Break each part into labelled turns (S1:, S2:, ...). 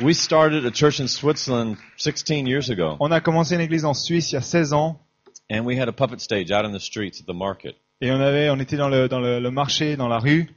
S1: We started a church in Switzerland 16 years ago,
S2: On a commencé une église en Suisse il y a 16 ans
S1: and we had a puppet stage out in the streets at the market.
S2: et on avait, on était dans le, dans le, le marché, dans la rue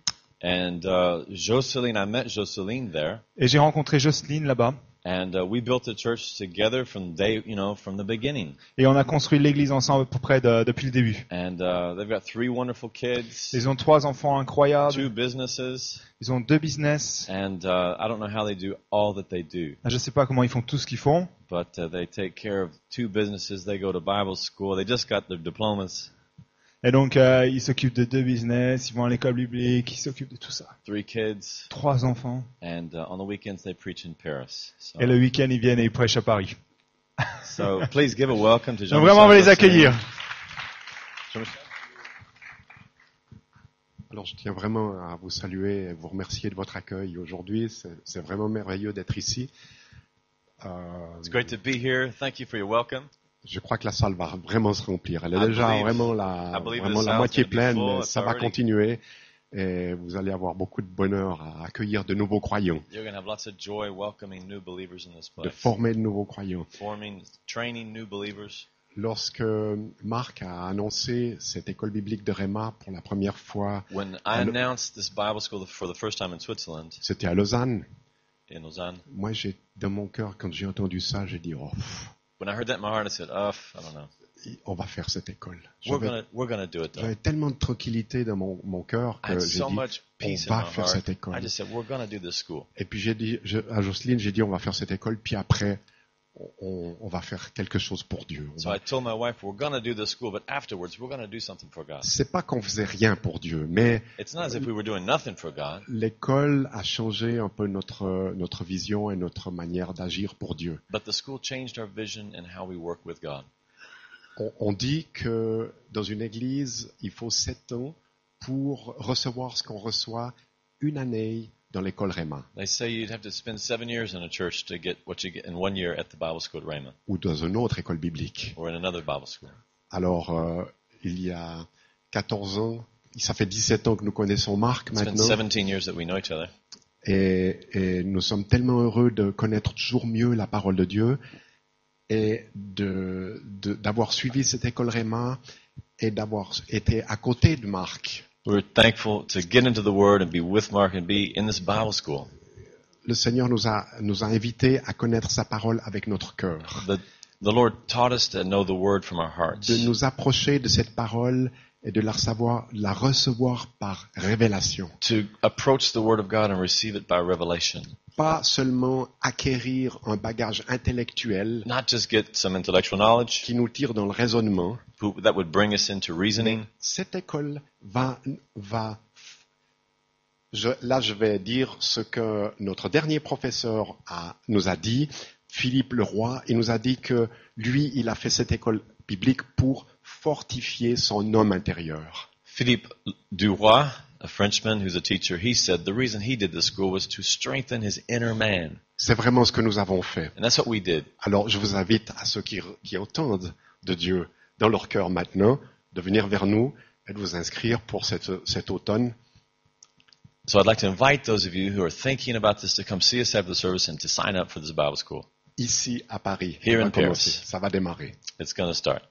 S1: And uh, Jocelyn, I met Jocelyn there,
S2: et j'ai rencontré Jocelyne là-bas
S1: and uh, we built the church together from day, you know, from the beginning.
S2: et on a construit l'église ensemble à peu près de- depuis le début.
S1: And uh, they've got three wonderful kids,
S2: Ils ont trois enfants incroyables,
S1: two businesses,
S2: ils ont deux business.
S1: and uh, I don't know how they do all that they do,
S2: Je sais pas comment ils font tout ce qu'ils font.
S1: but uh, they take care of two businesses. They go to Bible school. They just got their diplomas.
S2: Et donc, euh, ils s'occupent de deux business, ils vont à l'école biblique, ils s'occupent de tout ça.
S1: Three kids,
S2: Trois enfants.
S1: and uh, on the weekends they preach in Paris. So,
S2: Et le week-end, ils viennent et ils prêchent à Paris.
S1: so please give a welcome to Jean.
S2: Donc vraiment, on va les
S1: Michel Josselin.
S2: accueillir.
S3: Alors je tiens vraiment à vous saluer et vous remercier de votre accueil aujourd'hui. C'est c'est vraiment merveilleux d'être ici. Euh,
S1: It's great to be here. Thank you for your welcome.
S3: je crois que la salle va vraiment se remplir. Elle est
S1: I
S3: déjà
S1: believe-
S3: vraiment la,
S1: I believe the
S3: vraiment
S1: salle's
S3: la moitié
S1: gonna be
S3: pleine,
S1: full.
S3: mais
S1: It's
S3: ça va
S1: already-
S3: continuer. Et vous allez avoir beaucoup de bonheur à accueillir de nouveaux croyants,
S1: You're going to have lots of joy welcoming new believers in this
S3: de
S1: place.
S3: former de nouveaux croyants.
S1: Forming, training new believers.
S3: Lorsque Marc a annoncé cette école biblique de Réma pour la première fois,
S1: When I
S3: Hello.
S1: announced this Bible school for the first time in Switzerland,
S3: c'était à Lausanne.
S1: in Lausanne,
S3: Moi, j'ai dans mon cœur, quand j'ai entendu ça, j'ai dit, oh, pff,
S1: when I heard that in my heart, I said, "Ugh, I don't know.
S3: on va faire cette école.
S1: We're
S3: J'avais-
S1: gonna, we're gonna do it though."
S3: J'avais tellement de tranquillité dans mon, mon cœur
S1: I
S3: que
S1: had
S3: j'ai
S1: so
S3: dit,
S1: much peace
S3: on
S1: in my
S3: va faire
S1: heart.
S3: cette école.
S1: I just said, "We're gonna do this school."
S3: Et puis j'ai dit je- à Jocelyne, j'ai dit, on va faire cette école, puis après, on, on va faire quelque chose pour Dieu. On
S1: So
S3: va-
S1: I told my wife, "We're gonna do this school, but afterwards, we're gonna do something for God."
S3: C'est pas qu'on faisait rien pour Dieu, mais
S1: It's not as if we were doing nothing for God,
S3: l'école a changé un peu notre, notre vision et notre manière d'agir pour Dieu.
S1: but the school changed our vision and how we work with God.
S3: On, on dit que dans une église, il faut sept ans pour recevoir ce qu'on reçoit une année dans l'école Réma
S1: They say you'd have to spend seven years in a church to get what you get in one year at the Bible school at Raymond
S3: ou dans une autre école biblique.
S1: or in another Bible school.
S3: Alors, euh, il y a 14 ans, ça fait 17 ans que nous connaissons Marc
S1: It's been
S3: maintenant,
S1: 17 years that we know each other,
S3: et, et nous sommes tellement heureux de connaître toujours mieux la parole de Dieu et de- de- d'avoir suivi cette école Réma et d'avoir été à côté de Marc.
S1: we're thankful to get into the Word and be with Mark and be in this Bible school.
S3: Le Seigneur nous a, nous a invités à connaître sa parole avec notre cœur,
S1: The, the Lord taught us to know the Word from our hearts,
S3: de nous approcher de cette parole et de la recevoir, la recevoir par révélation.
S1: to approach the Word of God and receive it by revelation,
S3: Pas seulement acquérir un bagage intellectuel,
S1: not just get some intellectual knowledge
S3: qui nous tire dans le raisonnement,
S1: who, that would bring us into reasoning.
S3: cette école va, va je, là je vais dire ce que notre dernier professeur a, nous a dit, Philippe Leroy, il nous a dit que lui, il a fait cette école biblique pour fortifier son homme intérieur.
S1: Philippe Duroy, a Frenchman who's a teacher, he said the reason he did this school was to strengthen his inner man.
S3: C'est vraiment ce que nous avons fait.
S1: And that's what we did.
S3: Alors je vous invite à ceux qui, qui entendent de Dieu dans leur cœur maintenant, de venir vers nous et de vous inscrire pour cette- cet automne
S1: So I'd like to invite those of you who are thinking about this to come see us after the service and to sign up for this Bible school.
S3: ici à Paris.
S1: Here
S3: On va
S1: in Paris.
S3: commencer. Ça va démarrer.
S1: It's going to start.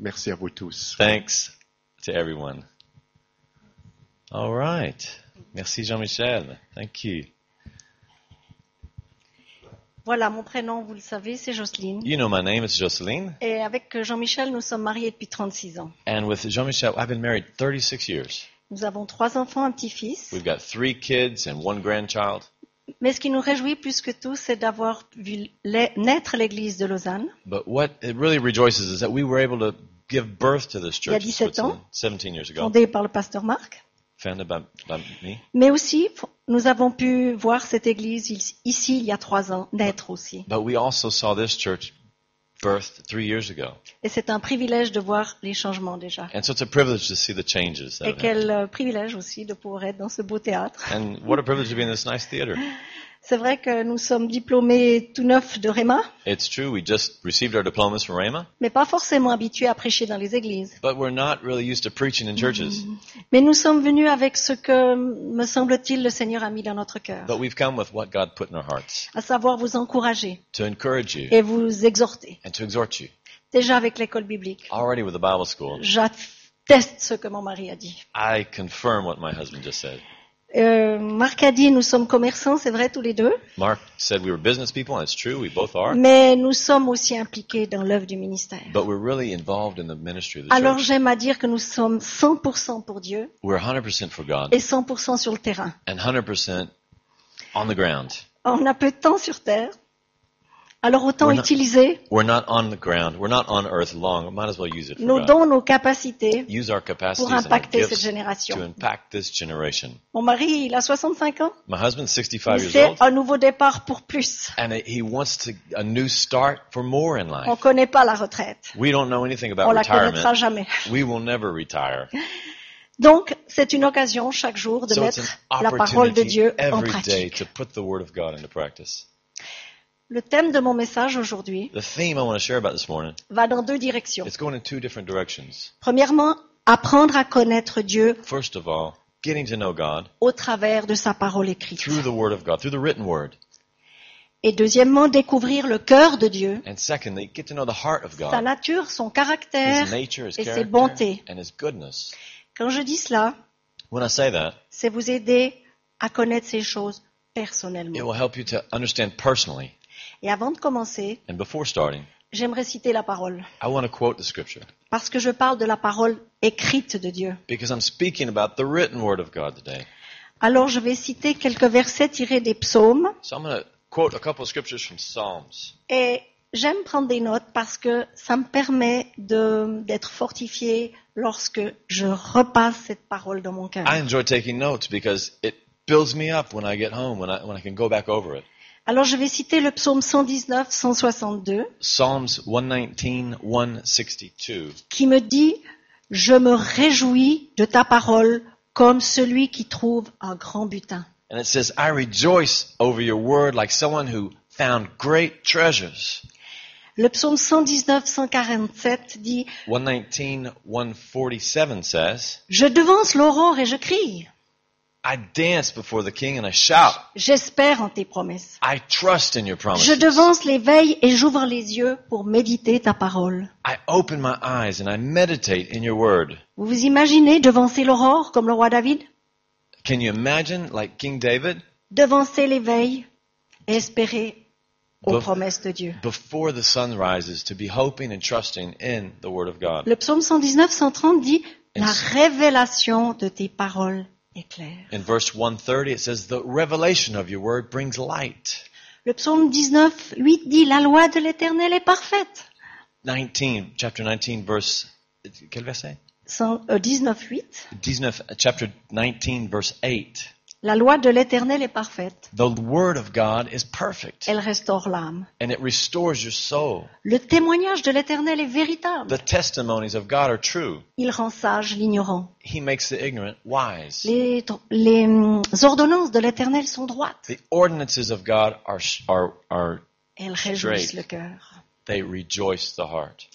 S3: Merci à vous tous.
S1: Thanks to everyone. All right. Merci Jean-Michel. Thank you.
S4: Voilà, mon prénom, vous le savez, c'est Jocelyne.
S1: You know my name is Jocelyn,
S4: Et avec Jean-Michel, nous sommes mariés depuis 36 ans.
S1: and with Jean-Michel I've been married 36 years.
S4: Nous avons trois enfants, un petit-fils.
S1: We've got 3 kids and one grandchild,
S4: Mais ce qui nous réjouit plus que tout, c'est d'avoir vu la- naître l'église de Lausanne.
S1: but what it really rejoices is that we were able to give birth to this church in
S4: 17 ans.
S1: Switzerland 17 years ago,
S4: fondée par le pasteur Marc.
S1: founded by, by me.
S4: Mais aussi, f- nous avons pu voir cette église il- ici il y a trois ans naître aussi.
S1: But we also saw this church birthed 3 years ago.
S4: Et c'est un privilège de voir les changements déjà.
S1: And so it's a privilege to see the changes. That have
S4: Et
S1: happened.
S4: quel euh, privilège aussi de pouvoir être dans ce beau théâtre.
S1: and what a privilege to be in this nice theater.
S4: C'est vrai que nous sommes diplômés tout neufs de Réma,
S1: It's true, we just received our diplomas from Rhema,
S4: mais pas forcément habitués à prêcher dans les églises.
S1: but we're not really used to preaching in churches.
S4: Mais nous sommes venus avec ce que, me semble-t-il, le Seigneur a mis dans notre cœur,
S1: But we've come with what God put in our hearts
S4: à savoir vous encourager
S1: to encourage you
S4: et vous exhorter.
S1: and to exhort you.
S4: Déjà avec l'école biblique,
S1: Already with the Bible school,
S4: j'atteste ce que mon mari a dit.
S1: I confirm what my husband just said.
S4: Euh, Marc a dit, nous sommes commerçants, c'est vrai, tous les deux,
S1: Mark said we were business people, and it's true, we both are.
S4: mais nous sommes aussi impliqués dans l'œuvre du ministère.
S1: But we're really involved in the ministry of the
S4: Alors
S1: church.
S4: j'aime à dire que nous sommes 100% pour Dieu
S1: We're 100% for God
S4: et 100% sur le terrain.
S1: and 100% on the ground.
S4: On a peu de temps sur Terre, alors autant
S1: We're not-
S4: utiliser
S1: We're not on the ground. We're not on earth long. We might as well use it for
S4: nos
S1: God.
S4: dons, nos capacités
S1: Use our capacities
S4: pour
S1: and our
S4: impacter cette
S1: gifts to
S4: génération.
S1: impact this generation.
S4: Mon mari, il a 65 ans,
S1: My husband's
S4: mais
S1: 65 years
S4: c'est
S1: old,
S4: un nouveau départ pour plus.
S1: and he wants to, a new start for more in
S4: On
S1: life.
S4: connaît pas la retraite,
S1: We don't know anything
S4: on
S1: about
S4: la connaîtra
S1: retirement.
S4: jamais.
S1: We will never retire.
S4: Donc c'est une occasion chaque jour de
S1: So it's an
S4: mettre la parole de
S1: opportunity
S4: Dieu
S1: every
S4: en
S1: day
S4: pratique.
S1: to put the Word of God into practice.
S4: Le thème de mon message aujourd'hui
S1: The theme I want to share about this morning,
S4: va dans deux directions.
S1: it's going in two different directions.
S4: Premièrement, apprendre à connaître Dieu
S1: First of all, getting to know God
S4: au travers de sa parole écrite.
S1: through the Word of God, through the written Word.
S4: Et deuxièmement, découvrir le cœur de Dieu,
S1: And secondly, get to know the heart of
S4: sa
S1: God,
S4: nature, son
S1: His
S4: caractère.
S1: nature, His
S4: et ses
S1: character,
S4: bontés.
S1: and His goodness.
S4: Quand je dis cela,
S1: When I say that,
S4: c'est vous aider à connaître ces choses
S1: it
S4: personnellement.
S1: will help you to understand personally.
S4: Et avant de commencer,
S1: And before starting,
S4: j'aimerais citer la parole,
S1: I want to quote the scripture
S4: parce que je parle de la parole écrite de Dieu.
S1: because I'm speaking about the written Word of God today.
S4: Alors je vais citer quelques versets tirés des psaumes,
S1: So I'm going to quote a couple of scriptures from Psalms.
S4: et j'aime prendre des notes parce que ça me permet de- d'être fortifié lorsque je repasse cette parole dans mon cœur.
S1: I enjoy taking notes because it builds me up when I get home, when I, when I can go back over it.
S4: Alors je vais citer le psaume 119, 162,
S1: Psalms 119, 162.
S4: qui me dit Je me réjouis de ta parole comme celui qui trouve un grand butin.
S1: And it says, I rejoice over your word like someone who found great treasures.
S4: Le psaume 119, 147 dit
S1: 119, 147 says,
S4: Je devance l'aurore et je crie.
S1: I dance before the king and I shout.
S4: J'espère en tes promesses.
S1: I trust in your promises.
S4: Je devance les veilles et j'ouvre les yeux pour méditer ta parole.
S1: I open my eyes and I meditate in your word.
S4: Vous vous imaginez devancer l'aurore comme le roi David
S1: Can you imagine, like King David,
S4: Devancer les veilles et espérer aux
S1: Bef-
S4: promesses de Dieu.
S1: before the sun rises, to be hoping and trusting in the word of God?
S4: Le psaume 119, 130 dit La
S1: Yes.
S4: révélation de tes paroles est claire.
S1: In verse 130, it says, The revelation of your word brings light.
S4: Le psaume 19, 8 dit La loi de l'éternel est parfaite.
S1: 19, chapter 19, verse, quel verset?
S4: Cent- euh, 19, 8
S1: 19, chapter 19, verse 8.
S4: La loi de l'éternel est parfaite.
S1: The word of God is perfect
S4: Elle restaure l'âme.
S1: and it restores your soul.
S4: Le témoignage de l'éternel est véritable.
S1: The testimonies of God are true.
S4: Il rend sage l'ignorant.
S1: He makes the ignorant wise.
S4: Les, dro- les, hum, ordonnances de l'éternel sont droites.
S1: The ordinances of God are, are, are,
S4: Elles réjouissent
S1: Straight.
S4: le cœur.
S1: they rejoice the heart.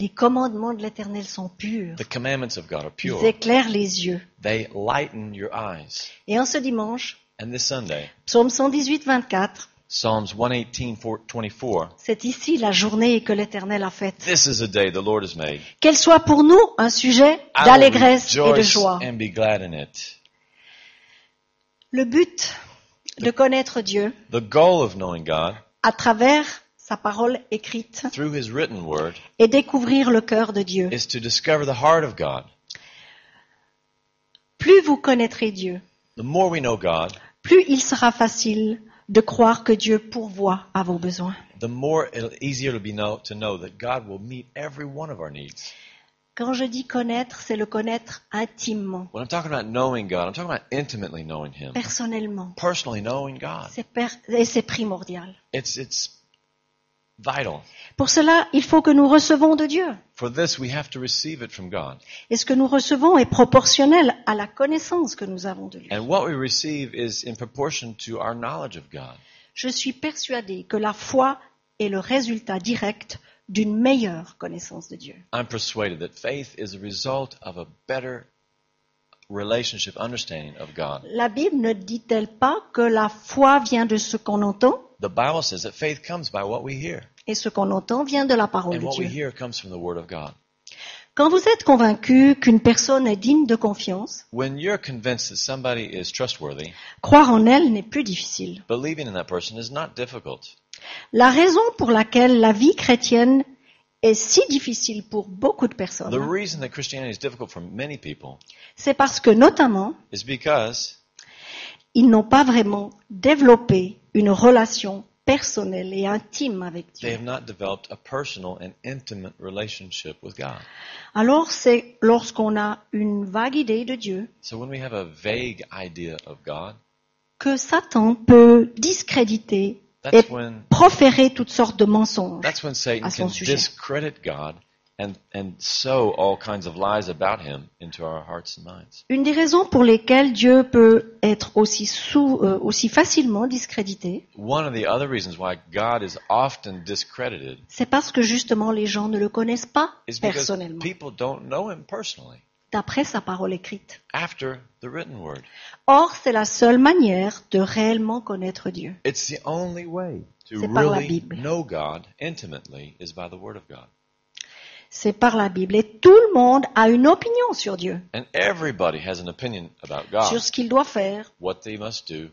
S4: Les commandements de l'éternel sont purs.
S1: The commandments of God are
S4: Ils
S1: pure.
S4: éclairent les yeux.
S1: They lighten your eyes.
S4: Et en ce dimanche,
S1: And this Sunday,
S4: psaume 118, 24,
S1: Psalms 118, 24,
S4: c'est ici la journée que l'éternel a faite.
S1: this is a day the Lord has made.
S4: Qu'elle soit pour nous un sujet
S1: I will
S4: d'allégresse et de
S1: rejoice
S4: joie.
S1: and be glad in it.
S4: Le but de connaître Dieu
S1: The goal of knowing God
S4: à travers sa parole écrite
S1: through His written word
S4: et découvrir le cœur de Dieu.
S1: is to discover the heart of God.
S4: Plus vous connaîtrez Dieu,
S1: The more we know God,
S4: plus il sera facile de croire que Dieu pourvoit à vos besoins.
S1: the more it'll, easier it'll be know, to know that God will meet every one of our needs.
S4: Quand je dis connaître, c'est le connaître intimement,
S1: When I'm talking about knowing God, I'm talking about intimately knowing Him,
S4: personnellement.
S1: personally knowing God.
S4: C'est per- et c'est primordial.
S1: It's it's vital.
S4: Pour cela, il faut que nous recevons de Dieu.
S1: For this, we have to receive it from God,
S4: Et ce que nous recevons est proportionnel à la connaissance que nous avons de lui.
S1: and what we receive is in proportion to our knowledge of God.
S4: je suis persuadée que la foi est le résultat direct d'une meilleure connaissance de Dieu.
S1: I'm persuaded that faith is a result of a better relationship, understanding of God.
S4: La Bible ne dit-elle pas que la foi vient de ce qu'on entend
S1: The Bible says that faith comes by what we hear,
S4: et ce qu'on entend vient de la parole
S1: and
S4: de
S1: what we
S4: Dieu.
S1: hear comes from the Word of God.
S4: Quand vous êtes convaincu qu'une personne est digne de confiance,
S1: When you're convinced that somebody is trustworthy,
S4: croire en elle n'est plus difficile.
S1: believing in that person is not difficult.
S4: La raison pour laquelle la vie chrétienne est si difficile pour beaucoup de
S1: The
S4: personnes,
S1: reason that Christianity is difficult for many people
S4: c'est parce que notamment,
S1: is because
S4: ils n'ont pas vraiment développé une relation personnelle et intime avec
S1: they
S4: Dieu.
S1: have not developed a personal and intimate relationship with God.
S4: Alors c'est lorsqu'on a une vague idée de Dieu
S1: So when we have a vague idea of God,
S4: que Satan peut discréditer
S1: that's when
S4: proférer toutes sortes de mensonges.
S1: that's when Satan
S4: À son
S1: can
S4: sujet.
S1: discredit God and and sow all kinds of lies about him into our hearts and minds.
S4: Une des raisons pour lesquelles Dieu peut être aussi, sous- euh, aussi facilement discrédité,
S1: One of the other reasons why God is often discredited
S4: c'est parce que justement les gens ne le connaissent pas
S1: is because
S4: personnellement,
S1: people don't know him personally
S4: d'après sa parole écrite.
S1: after the written word.
S4: Or, c'est la seule manière de réellement connaître Dieu.
S1: It's the only way to
S4: C'est par la
S1: really
S4: Bible.
S1: know God intimately is by the Word of God.
S4: C'est par la Bible. Et tout le monde a une opinion sur Dieu,
S1: And everybody has an opinion about God,
S4: sur ce qu'il doit faire.
S1: what they must do.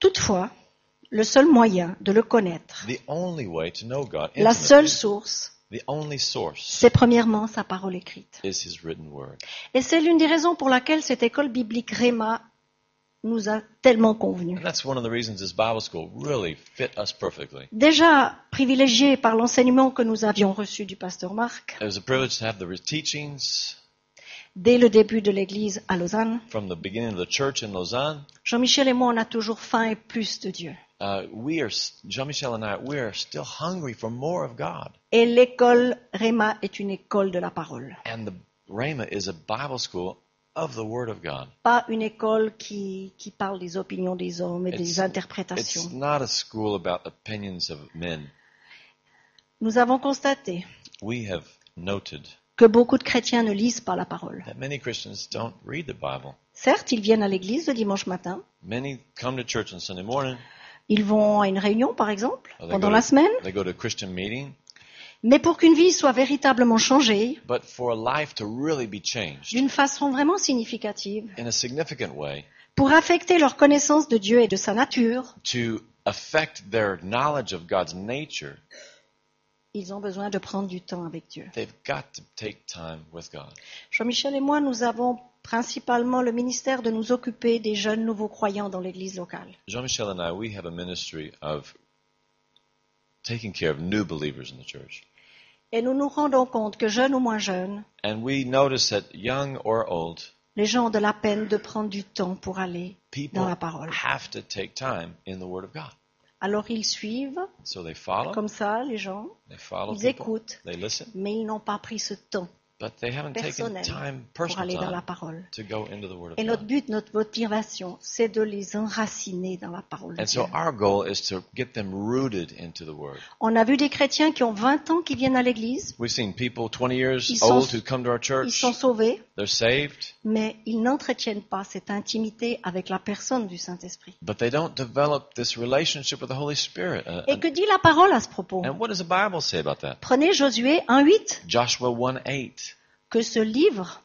S4: Toutefois, le seul moyen de le connaître,
S1: The only way to know God
S4: la seule
S1: intimately,
S4: source,
S1: the only source
S4: c'est premièrement sa parole écrite.
S1: is His written Word.
S4: Et c'est l'une des raisons pour laquelle cette école biblique Réma nous a tellement convenu.
S1: And that's one of the reasons this Bible school really fit us perfectly.
S4: Déjà privilégié par l'enseignement que nous avions reçu du pasteur Marc
S1: It was a privilege to have the teachings
S4: dès le début de l'église à Lausanne,
S1: from the beginning of the church in Lausanne.
S4: Jean-Michel et moi, on a toujours faim et plus de Dieu.
S1: Uh, we are, Jean-Michel and I, we are still hungry for more of God.
S4: Et l'école Réma est une école de la parole,
S1: And the Rhema is a Bible school of the Word of God.
S4: pas une école qui, qui parle des opinions des hommes et des
S1: It's-
S4: interprétations.
S1: It's not a school about opinions of men.
S4: Nous avons constaté
S1: We have noted
S4: que beaucoup de chrétiens ne lisent pas la parole.
S1: that many Christians don't read the Bible.
S4: Certes, ils viennent à l'église le dimanche matin,
S1: Many come to church on Sunday morning.
S4: ils vont à une réunion par exemple,
S1: or they
S4: pendant
S1: go
S4: la
S1: to-
S4: semaine,
S1: They go to a Christian meeting.
S4: Mais pour qu'une vie soit véritablement changée,
S1: But for a life to really be changed
S4: d'une façon vraiment significative,
S1: in a significant way,
S4: pour affecter leur connaissance de Dieu et de sa nature,
S1: to affect their knowledge of God's nature,
S4: ils ont besoin de prendre du temps avec Dieu.
S1: they've got to take time with God.
S4: Jean-Michel et moi, nous avons principalement le ministère de nous occuper des jeunes nouveaux croyants dans l'église locale.
S1: Jean-Michel and I, we have a ministry of taking care of new believers in the church.
S4: Et nous nous rendons compte que jeunes ou moins jeunes,
S1: And we notice that young or old,
S4: les gens ont de la peine de prendre du temps pour aller dans
S1: people
S4: la parole.
S1: have to take time in the Word of God.
S4: Alors ils suivent,
S1: So they follow,
S4: comme ça, les gens,
S1: they follow
S4: ils
S1: people,
S4: écoutent,
S1: they listen,
S4: mais ils n'ont pas pris ce temps
S1: but they haven't taken
S4: Personnel,
S1: time,
S4: pour
S1: personal
S4: aller dans la
S1: time,
S4: parole.
S1: to go into the Word
S4: Et
S1: of
S4: notre
S1: God.
S4: but, notre motivation, c'est de les enraciner dans la parole. de
S1: And
S4: Dieu.
S1: so our goal is to get them rooted into the Word.
S4: On a vu des chrétiens qui ont 20 ans qui viennent à l'église,
S1: We've seen people 20
S4: Ils
S1: years
S4: sont-
S1: old who come to our
S4: ils
S1: church,
S4: sont sauvés,
S1: they're saved,
S4: mais ils n'entretiennent pas cette intimité avec la personne du Saint-Esprit.
S1: but they don't develop this relationship with the Holy Spirit. Uh,
S4: Et que dit la parole à ce propos
S1: and what does the Bible say about that?
S4: Prenez Josué 1.8,
S1: Joshua 1 8,
S4: que ce livre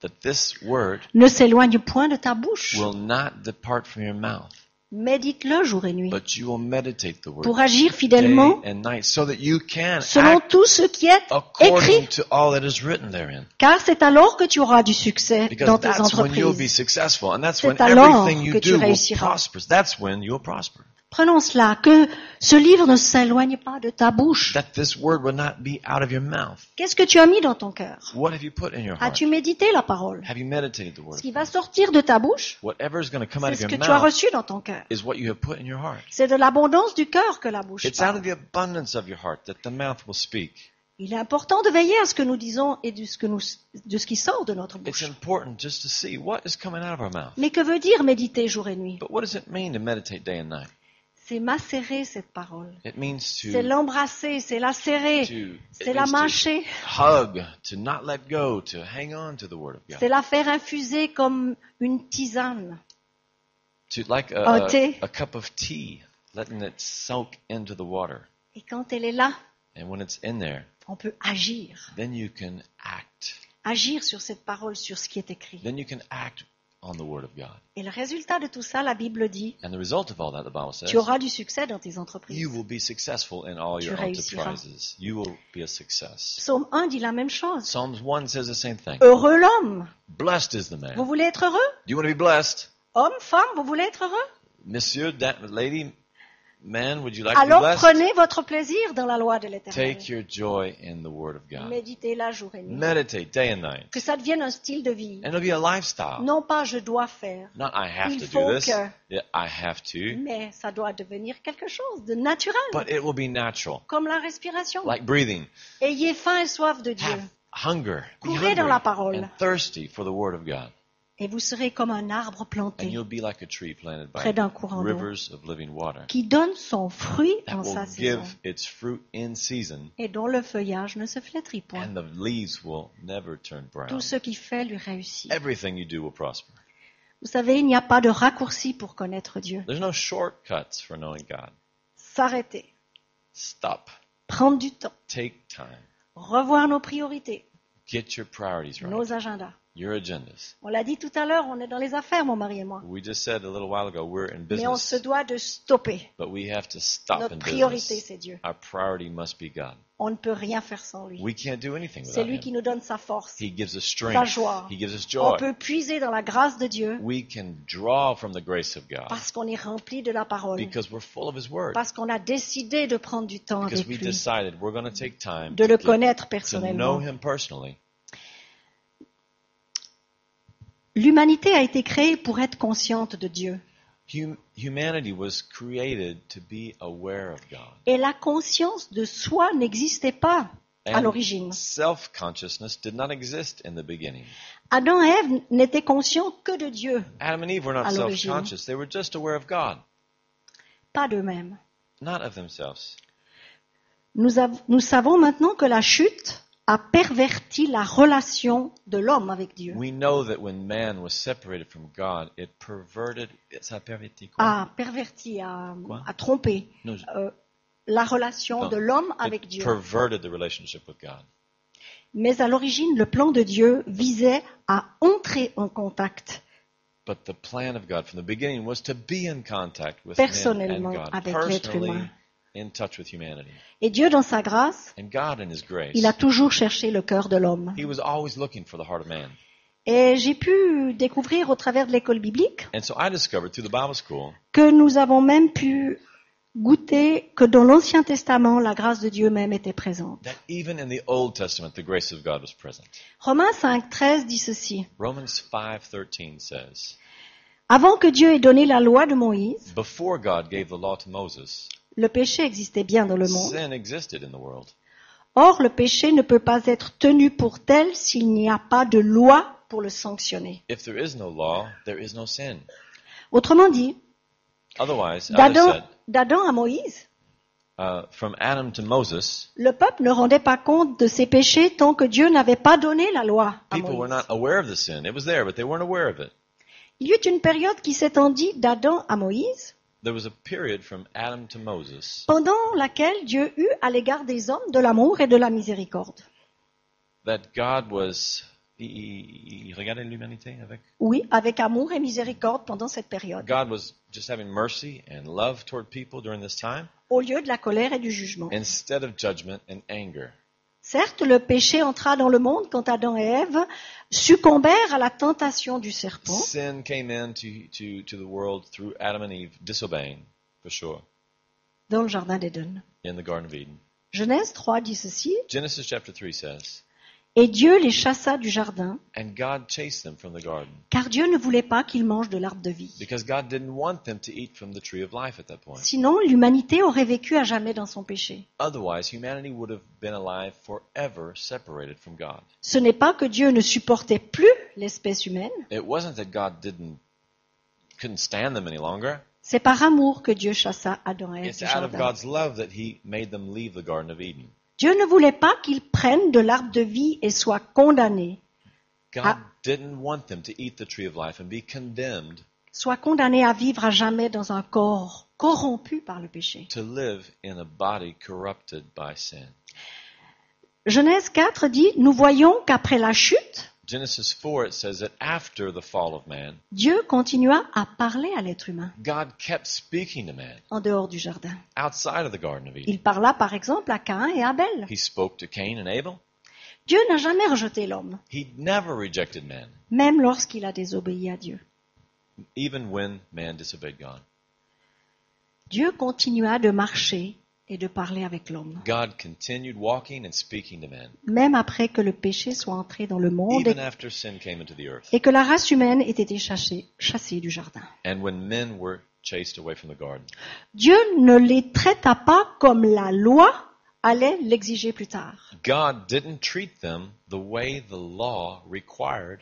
S1: that this Word
S4: ne s'éloigne point de ta bouche.
S1: will not depart from your mouth,
S4: Médite-le jour et nuit
S1: but you will meditate the word
S4: pour agir
S1: day
S4: fidèlement
S1: and night, so that you can
S4: selon
S1: act
S4: tout ce qui est
S1: according
S4: écrit,
S1: to all that is written therein.
S4: car c'est alors que tu auras du succès dans
S1: Because
S4: tes
S1: that's when you'll be
S4: entreprises.
S1: successful, and that's
S4: C'est
S1: when
S4: alors
S1: everything you
S4: que tu
S1: do will
S4: réussiras.
S1: prosper. That's when you'll prosper.
S4: Prenons cela, que ce livre ne s'éloigne pas de ta bouche.
S1: That this word will not be out of your mouth.
S4: Qu'est-ce que tu as mis dans ton cœur
S1: What have you put in your heart?
S4: As-tu médité la parole
S1: Have you meditated the
S4: Ce
S1: word?
S4: qui va sortir de ta bouche,
S1: Whatever is going to come out
S4: c'est
S1: of
S4: ce
S1: your
S4: que tu as
S1: mouth
S4: reçu dans ton cœur.
S1: is what you have put in your heart.
S4: C'est de l'abondance du cœur que la bouche
S1: It's out of
S4: parle.
S1: the abundance of your heart that the mouth will speak.
S4: Il est important de veiller à ce que nous disons et de ce, que nous, de ce qui sort de notre
S1: It's
S4: bouche.
S1: important just to see what is coming out of our mouth.
S4: Mais que veut dire méditer jour et nuit
S1: But what does it mean to meditate day and night?
S4: c'est macérer cette parole.
S1: It means
S4: C'est
S1: to,
S4: l'embrasser, c'est la serrer,
S1: to,
S4: c'est
S1: it
S4: la
S1: means to
S4: mâcher,
S1: hug, to not let go, to hang on to the Word of
S4: c'est
S1: God.
S4: la faire infuser comme une tisane.
S1: To, like a,
S4: Un
S1: a,
S4: thé.
S1: a cup of tea, letting it soak into the water.
S4: Et quand elle est là,
S1: And when it's in there,
S4: on peut agir.
S1: then you can act.
S4: Agir sur cette parole, sur ce qui est écrit.
S1: Then you can act on the Word of God.
S4: Et le résultat de tout ça, la Bible dit,
S1: And the result of all that, the Bible says,
S4: tu auras du succès dans tes entreprises.
S1: you will be successful in all
S4: Tu
S1: your
S4: réussiras.
S1: enterprises. You will be a success.
S4: Psaume 1 dit la même chose.
S1: Psalms 1 says the same thing.
S4: Heureux l'homme.
S1: Blessed is the man.
S4: Uh, Vous voulez être heureux
S1: Do you want to be blessed?
S4: Homme, femme, vous voulez être heureux
S1: Monsieur, da- lady, man, would you like to be
S4: Alors
S1: blessed?
S4: prenez votre plaisir dans la loi de l'éternel.
S1: Take your joy in the Word of God.
S4: Méditez-la jour et nuit.
S1: Meditate day and night.
S4: Que ça devienne un style de vie.
S1: And ah. it'll be a lifestyle.
S4: Non pas je dois faire,
S1: Not I have
S4: Il
S1: to do
S4: faut
S1: this.
S4: que.
S1: Yeah, I have to.
S4: mais ça doit devenir quelque chose de naturel,
S1: But it will be natural.
S4: comme la respiration.
S1: Like breathing.
S4: Ayez faim et soif de Dieu,
S1: Have hunger. Be
S4: Courez dans la
S1: hungry
S4: parole.
S1: and thirsty for the Word of God.
S4: et vous serez comme un arbre
S1: And
S4: planté
S1: you'll be like a tree planted by
S4: près d'un courant d'eau,
S1: rivers of living water
S4: qui donne son fruit
S1: that
S4: en
S1: will
S4: sa saison,
S1: give its fruit in season
S4: et dont le feuillage ne se flétrit point.
S1: and the leaves will never turn brown.
S4: Tout ce qui fait lui réussit.
S1: Everything you do will prosper.
S4: Vous savez, il n'y a pas de raccourci pour connaître Dieu.
S1: There's no shortcuts for knowing God.
S4: S'arrêter,
S1: Stop.
S4: prendre du temps,
S1: Take time.
S4: revoir nos priorités,
S1: Get your priorities right.
S4: nos agendas.
S1: Your agendas.
S4: On l'a dit tout à l'heure, on est dans les affaires, mon mari et moi.
S1: We just said a little while ago we're in
S4: Mais on se
S1: business,
S4: doit de stopper.
S1: but we have to stop
S4: Notre
S1: in
S4: priorité,
S1: business.
S4: c'est Dieu.
S1: Our priority must be God.
S4: On ne peut rien faire sans lui.
S1: We can't do anything
S4: C'est
S1: without
S4: lui qui
S1: Him.
S4: nous donne sa force.
S1: He gives us
S4: sa
S1: strength.
S4: joie.
S1: He gives us joy.
S4: On peut puiser dans la grâce de Dieu
S1: We can draw from the grace of God
S4: parce qu'on est rempli de la parole,
S1: because we're full of His Word.
S4: parce qu'on a décidé de prendre du temps
S1: Because
S4: avec
S1: we
S4: lui,
S1: decided we're going to take time
S4: de
S1: to,
S4: le
S1: get-
S4: connaître
S1: to know
S4: personnellement.
S1: Him personally.
S4: L'humanité a été créée pour être consciente de Dieu.
S1: Hum- humanity was created to be aware of God.
S4: Et la conscience de soi n'existait pas à l'origine.
S1: And self consciousness did not exist in the beginning.
S4: Adam et Ève n'étaient conscients que de Dieu,
S1: Adam and Eve were
S4: À
S1: not self
S4: l'origine.
S1: conscious, they were just aware of God,
S4: pas d'eux-mêmes.
S1: not of themselves.
S4: Nous, av- nous savons maintenant que la chute a perverti la relation de l'homme avec Dieu,
S1: We know that when man was separated from God, it perverted. Ça pervertit quoi?
S4: a perverti, a,
S1: Quoi
S4: a trompé
S1: Non, je-
S4: euh, la relation
S1: Non.
S4: de l'homme avec
S1: it
S4: Dieu.
S1: perverted the relationship with God.
S4: Mais à l'origine, le plan de Dieu visait à entrer en contact
S1: But the plan of God from the beginning was to be in contact with man and
S4: Personnellement
S1: God,
S4: avec l'être
S1: personally
S4: humain.
S1: in touch with humanity.
S4: Et Dieu, dans sa grâce,
S1: And God, in His grace,
S4: il a toujours cherché le cœur de l'homme.
S1: He was always looking for the heart of man.
S4: Et j'ai pu découvrir au travers de l'école biblique
S1: And so I discovered through the Bible school
S4: que nous avons même pu goûter que dans l'Ancien Testament, la grâce de Dieu même était présente.
S1: that even in the Old Testament, the grace of God was present.
S4: Romains 5, 13 dit ceci.
S1: Romans 5:13 says,
S4: Avant que Dieu ait donné la loi de Moïse,
S1: "Before God gave the law to Moses,
S4: le péché existait bien dans le monde.
S1: sin existed in the world,
S4: Or, le péché ne peut pas être tenu pour tel s'il n'y a pas de loi pour le sanctionner.
S1: If there is no law, there is no sin.
S4: Autrement dit,
S1: Otherwise, others
S4: d'Adam
S1: said,
S4: d'Adam à Moïse,
S1: uh, from Adam to Moses,
S4: le peuple ne rendait pas compte de ses péchés tant que Dieu n'avait pas donné la loi à
S1: people were
S4: Moïse.
S1: not aware of the sin. It was there, but they weren't aware of it.
S4: Il y eut une période qui s'étendit d'Adam à Moïse,
S1: There was a period from Adam to Moses
S4: pendant laquelle Dieu eut à l'égard des hommes de l'amour et de la miséricorde.
S1: that God was. il- il- il regardait l'humanité avec-
S4: Oui, avec amour et miséricorde pendant cette période,
S1: God was just having mercy and love toward people during this time
S4: au lieu de la colère et du jugement.
S1: instead of judgment and anger.
S4: Certes, le péché entra dans le monde quand Adam et Ève succombèrent à la tentation du serpent,
S1: Sin came into to, to the world through Adam and Eve disobeying, for sure,
S4: dans le jardin d'Éden.
S1: in the Garden of Eden.
S4: Genèse 3 dit ceci,
S1: Genesis chapter 3 says,
S4: Et Dieu les chassa du jardin,
S1: And God chased them from the garden
S4: car Dieu ne voulait pas qu'ils mangent de l'arbre de vie.
S1: because God didn't want them to eat from the tree of life at that point.
S4: Sinon, l'humanité aurait vécu à jamais dans son péché.
S1: Otherwise, humanity would have been alive forever separated from God.
S4: Ce n'est pas que Dieu ne supportait plus l'espèce humaine,
S1: It wasn't that God didn't couldn't stand them any longer.
S4: C'est par amour que Dieu chassa Adam et Ève
S1: It's
S4: du
S1: out of
S4: jardin.
S1: God's love that He made them leave the Garden of Eden.
S4: Dieu ne voulait pas qu'ils prennent de l'arbre de vie et soient condamnés,
S1: God didn't want them to eat the tree of life and be condemned
S4: soient condamnés à vivre à jamais dans un corps corrompu par le péché.
S1: to live in a body corrupted by sin.
S4: Genèse 4 dit, nous voyons qu'après la chute,
S1: Genesis 4, it says that after the fall of man,
S4: Dieu continua à parler à l'être humain
S1: God kept speaking to man
S4: en dehors du jardin.
S1: outside of the Garden of Eden.
S4: Il parla par exemple à Caïn et Abel.
S1: He spoke to Cain and Abel.
S4: Dieu n'a jamais rejeté l'homme,
S1: He never rejected man,
S4: même lorsqu'il a désobéi à Dieu.
S1: even when man disobeyed God.
S4: Dieu continua de marcher et de parler avec l'homme,
S1: God continued walking and speaking to man,
S4: même après que le péché soit entré dans le monde
S1: even
S4: et,
S1: after sin came into the earth,
S4: et que la race humaine ait été chassée, chassée du jardin.
S1: and when men were chased away from the garden.
S4: Dieu ne les traita pas comme la loi allait l'exiger plus tard.
S1: God didn't treat them the way the law required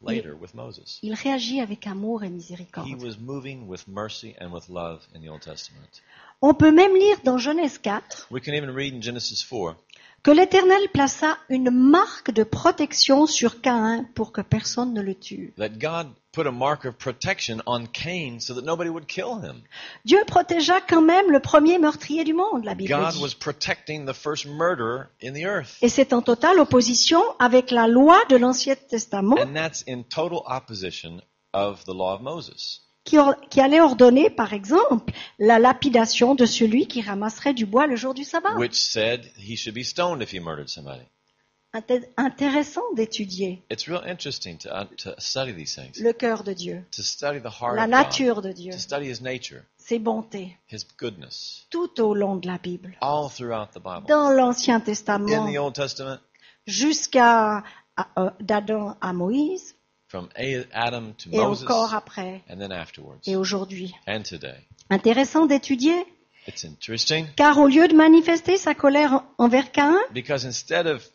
S1: later with Moses.
S4: Il réagit avec amour et
S1: He
S4: miséricorde.
S1: was moving with mercy and with love in the Old Testament.
S4: On peut même lire dans Genèse 4
S1: We can even read in Genesis 4
S4: que l'Éternel plaça une marque de protection sur Caïn pour que personne ne le tue.
S1: that God put a mark of protection on Cain so that nobody would kill him.
S4: Dieu protégea quand même le premier meurtrier du monde, la Bible
S1: God
S4: dit.
S1: was protecting the first murderer in the earth.
S4: Et c'est en totale opposition avec la loi de l'Ancien Testament
S1: And that's in total opposition of the law of Moses.
S4: qui, or- qui allait ordonner, par exemple, la lapidation de celui qui ramasserait du bois le jour du sabbat.
S1: which said he should be stoned if he murdered somebody.
S4: Inté- intéressant d'étudier
S1: It's real interesting to, uh, to study these things,
S4: le cœur de Dieu,
S1: to study the heart
S4: la
S1: of God,
S4: nature de Dieu,
S1: to study His nature,
S4: ses bontés,
S1: His goodness,
S4: tout au long de la Bible,
S1: all throughout the Bible,
S4: dans l'Ancien
S1: in
S4: Testament,
S1: the Old Testament,
S4: jusqu'à à, euh, d'Adam à Moïse,
S1: from A- Adam to
S4: et
S1: Moses,
S4: encore après,
S1: and then afterwards,
S4: et aujourd'hui.
S1: and today.
S4: Intéressant d'étudier,
S1: It's interesting
S4: car au lieu de manifester sa colère en- envers Caïn,
S1: because instead of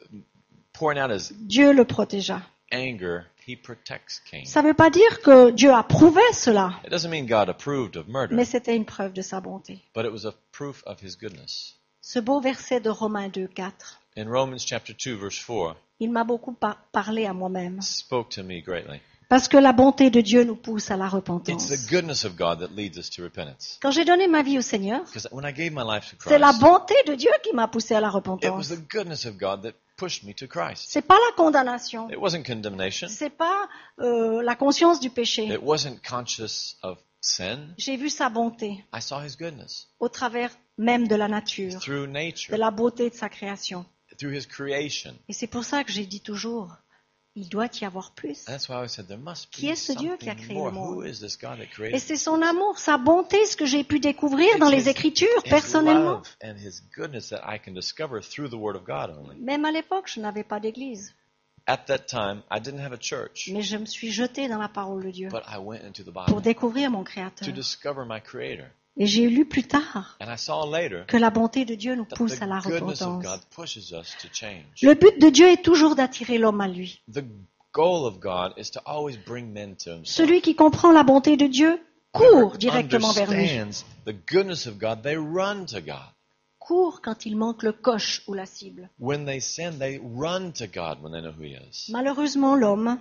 S1: pouring out His
S4: Dieu le protégea.
S1: anger, He protects Cain.
S4: Ça ne veut pas dire que Dieu approuvait cela,
S1: It doesn't mean God approved of murder,
S4: mais c'était une preuve de sa bonté.
S1: but it was a proof of His goodness.
S4: Ce beau verset de Romains 2, 4,
S1: In Romans chapter 2, verse 4,
S4: il m'a beaucoup par- parlé à moi-même,
S1: spoke to me greatly.
S4: parce que la bonté de Dieu nous pousse à la
S1: It's the
S4: repentance.
S1: goodness of God that leads us to repentance.
S4: Quand j'ai donné ma vie au Seigneur,
S1: Because when I gave my life to
S4: c'est la
S1: Christ,
S4: bonté de Dieu qui m'a poussé à la
S1: it was
S4: repentance.
S1: the goodness of God that pushed me to Christ.
S4: C'est pas la condamnation,
S1: It wasn't condemnation.
S4: c'est pas euh, la conscience du péché.
S1: It wasn't conscious of sin.
S4: J'ai vu sa bonté
S1: I saw His goodness
S4: au travers même de la nature,
S1: through
S4: de
S1: nature,
S4: la beauté de sa création.
S1: through His creation.
S4: Et c'est pour ça que j'ai dit toujours, il doit y avoir plus.
S1: And that's why I always said there must
S5: Qui
S1: be
S5: est ce Dieu qui a
S1: something
S5: créé le
S1: more.
S5: monde?
S1: Who is this God that
S4: Et
S1: created
S4: c'est son amour, sa bonté, ce que j'ai pu découvrir dans les Écritures
S1: His
S4: personnellement.
S1: love and His goodness that I can discover through the Word of God only?
S4: Même à l'époque, je n'avais pas d'église,
S1: At that time, I didn't have a church,
S4: mais je me suis jetée dans la parole de Dieu
S1: but I went into the
S4: pour
S1: Bible
S4: découvrir mon
S1: to
S4: Créateur.
S1: discover my Creator.
S4: Et j'ai lu plus tard
S1: And I saw later
S4: que la bonté de Dieu nous
S1: that
S4: pousse à la
S1: the goodness of
S4: repentance.
S1: God pushes us to change.
S4: Le but de Dieu est toujours d'attirer l'homme à lui.
S1: The goal of God is to always bring men to Himself.
S4: Celui qui comprend la bonté de Dieu court
S1: Whoever
S4: directement vers lui.
S1: understands the goodness of God, they run to God.
S4: Court quand il manque le coche ou la cible.
S1: When they sin, they run to God when they know who He is.
S4: Malheureusement, l'homme,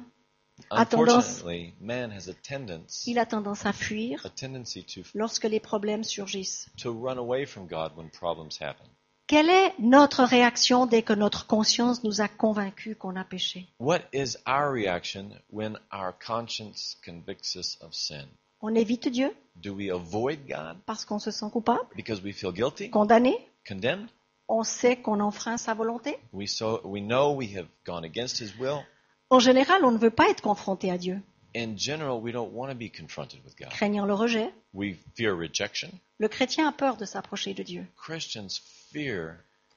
S4: a tendance-
S1: Unfortunately, man has a tendency,
S4: il a tendance à fuir
S1: a tendency to
S4: lorsque les problèmes surgissent.
S1: to run away from God when problems happen.
S4: Quelle est notre réaction dès que notre conscience nous a convaincus qu'on a péché
S1: What is our reaction when our conscience convicts us of sin?
S4: On évite Dieu
S1: Do we avoid God
S4: parce qu'on se sent coupable,
S1: because we feel guilty,
S4: condamné,
S1: condemned?
S4: on sait qu'on enfreint sa volonté.
S1: We so we know we have gone against His will.
S4: En général, on ne veut pas être confronté à Dieu,
S1: In general, we don't want to be confronted with God.
S4: craignant le rejet.
S1: We fear rejection.
S4: Le chrétien a peur de s'approcher de Dieu,
S1: Christians fear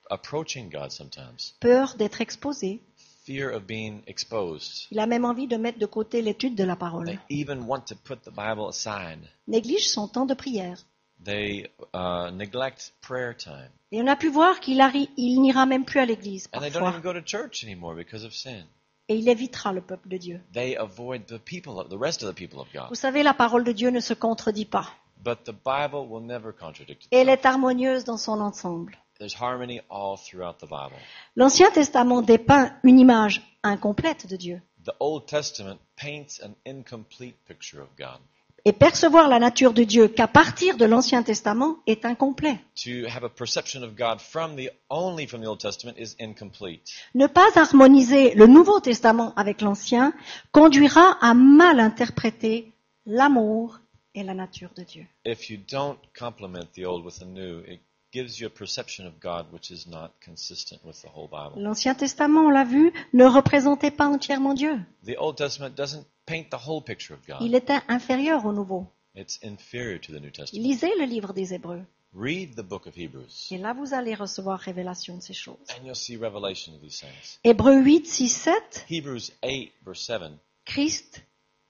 S1: approaching God sometimes.
S4: peur d'être exposé.
S1: Fear of being exposed.
S4: Il a même envie de mettre de côté l'étude de la
S1: They
S4: parole,
S1: even want to put the Bible aside.
S4: néglige son temps de prière.
S1: They uh, neglect prayer time,
S4: Et on a pu voir qu'il arri- il n'ira même plus à l'église
S1: and they don't
S4: parfois,
S1: even go to church anymore because of sin.
S4: et il évitera le peuple de Dieu.
S1: They avoid the people, of, the rest of the people of
S4: Vous
S1: God.
S4: savez, la parole de Dieu ne se contredit pas.
S1: But the Bible will never contradict
S4: et elle
S1: itself.
S4: est harmonieuse dans son ensemble.
S1: There's harmony all throughout the Bible.
S4: L'Ancien Testament dépeint une image incomplète de Dieu.
S1: The Old Testament paints an incomplete picture of God.
S4: Et percevoir la nature de Dieu qu'à partir de l'Ancien Testament est incomplet.
S1: To have a perception of God from the only from the Old Testament is incomplete.
S4: Ne pas harmoniser le Nouveau Testament avec l'Ancien conduira à mal interpréter l'amour et la nature de Dieu.
S1: If you don't complement the old with the new, it gives you a perception of God which is not consistent with the whole Bible.
S4: L'Ancien Testament, on l'a vu, ne représentait pas entièrement Dieu.
S1: The Old Testament doesn't paint the whole picture of God.
S4: Il était inférieur au Nouveau.
S1: It's inferior to the New Testament.
S4: Lisez le livre des Hébreux.
S1: Read the book of Hebrews,
S4: Et là, vous allez recevoir révélation de ces choses.
S1: and you'll see revelation of these things.
S4: Hébreux 8, 6, 7,
S1: Hebrews 8, verse 7,
S4: Christ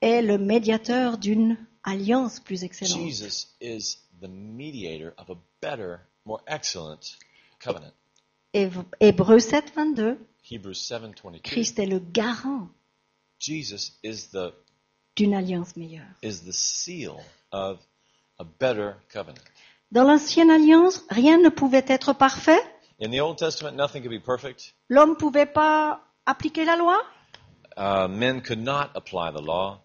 S4: est le médiateur d'une alliance plus excellente.
S1: Jesus is the mediator of a better, more excellent covenant.
S4: Et- Hébreux 7, 22,
S1: Hebrews 7, 22,
S4: Christ est le garant
S1: Jesus is the,
S4: d'une alliance meilleure.
S1: is the seal of a better covenant.
S4: Dans l'ancienne alliance, rien ne pouvait être parfait.
S1: In the Old Testament, nothing could be perfect.
S4: L'homme ne pouvait pas appliquer la loi.
S1: Uh, men could not apply the law,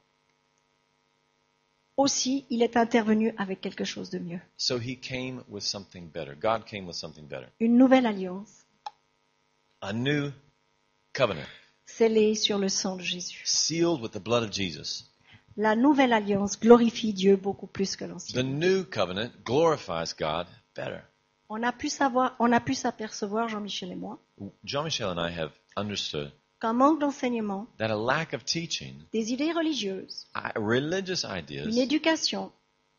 S4: Aussi, il est intervenu avec quelque chose de mieux.
S1: so he came with something better. God came with something better.
S4: Une nouvelle alliance
S1: A new covenant,
S4: scellée sur le sang de Jésus.
S1: sealed with the blood of Jesus.
S4: La nouvelle alliance glorifie Dieu beaucoup plus que l'ancienne.
S1: The new covenant glorifies God better.
S4: On a pu savoir, on a pu s'apercevoir, Jean-Michel et moi,
S1: Jean Michel and I have understood
S4: qu'un manque d'enseignement,
S1: that a lack of teaching,
S4: des idées religieuses,
S1: i- religious
S4: une
S1: ideas,
S4: éducation,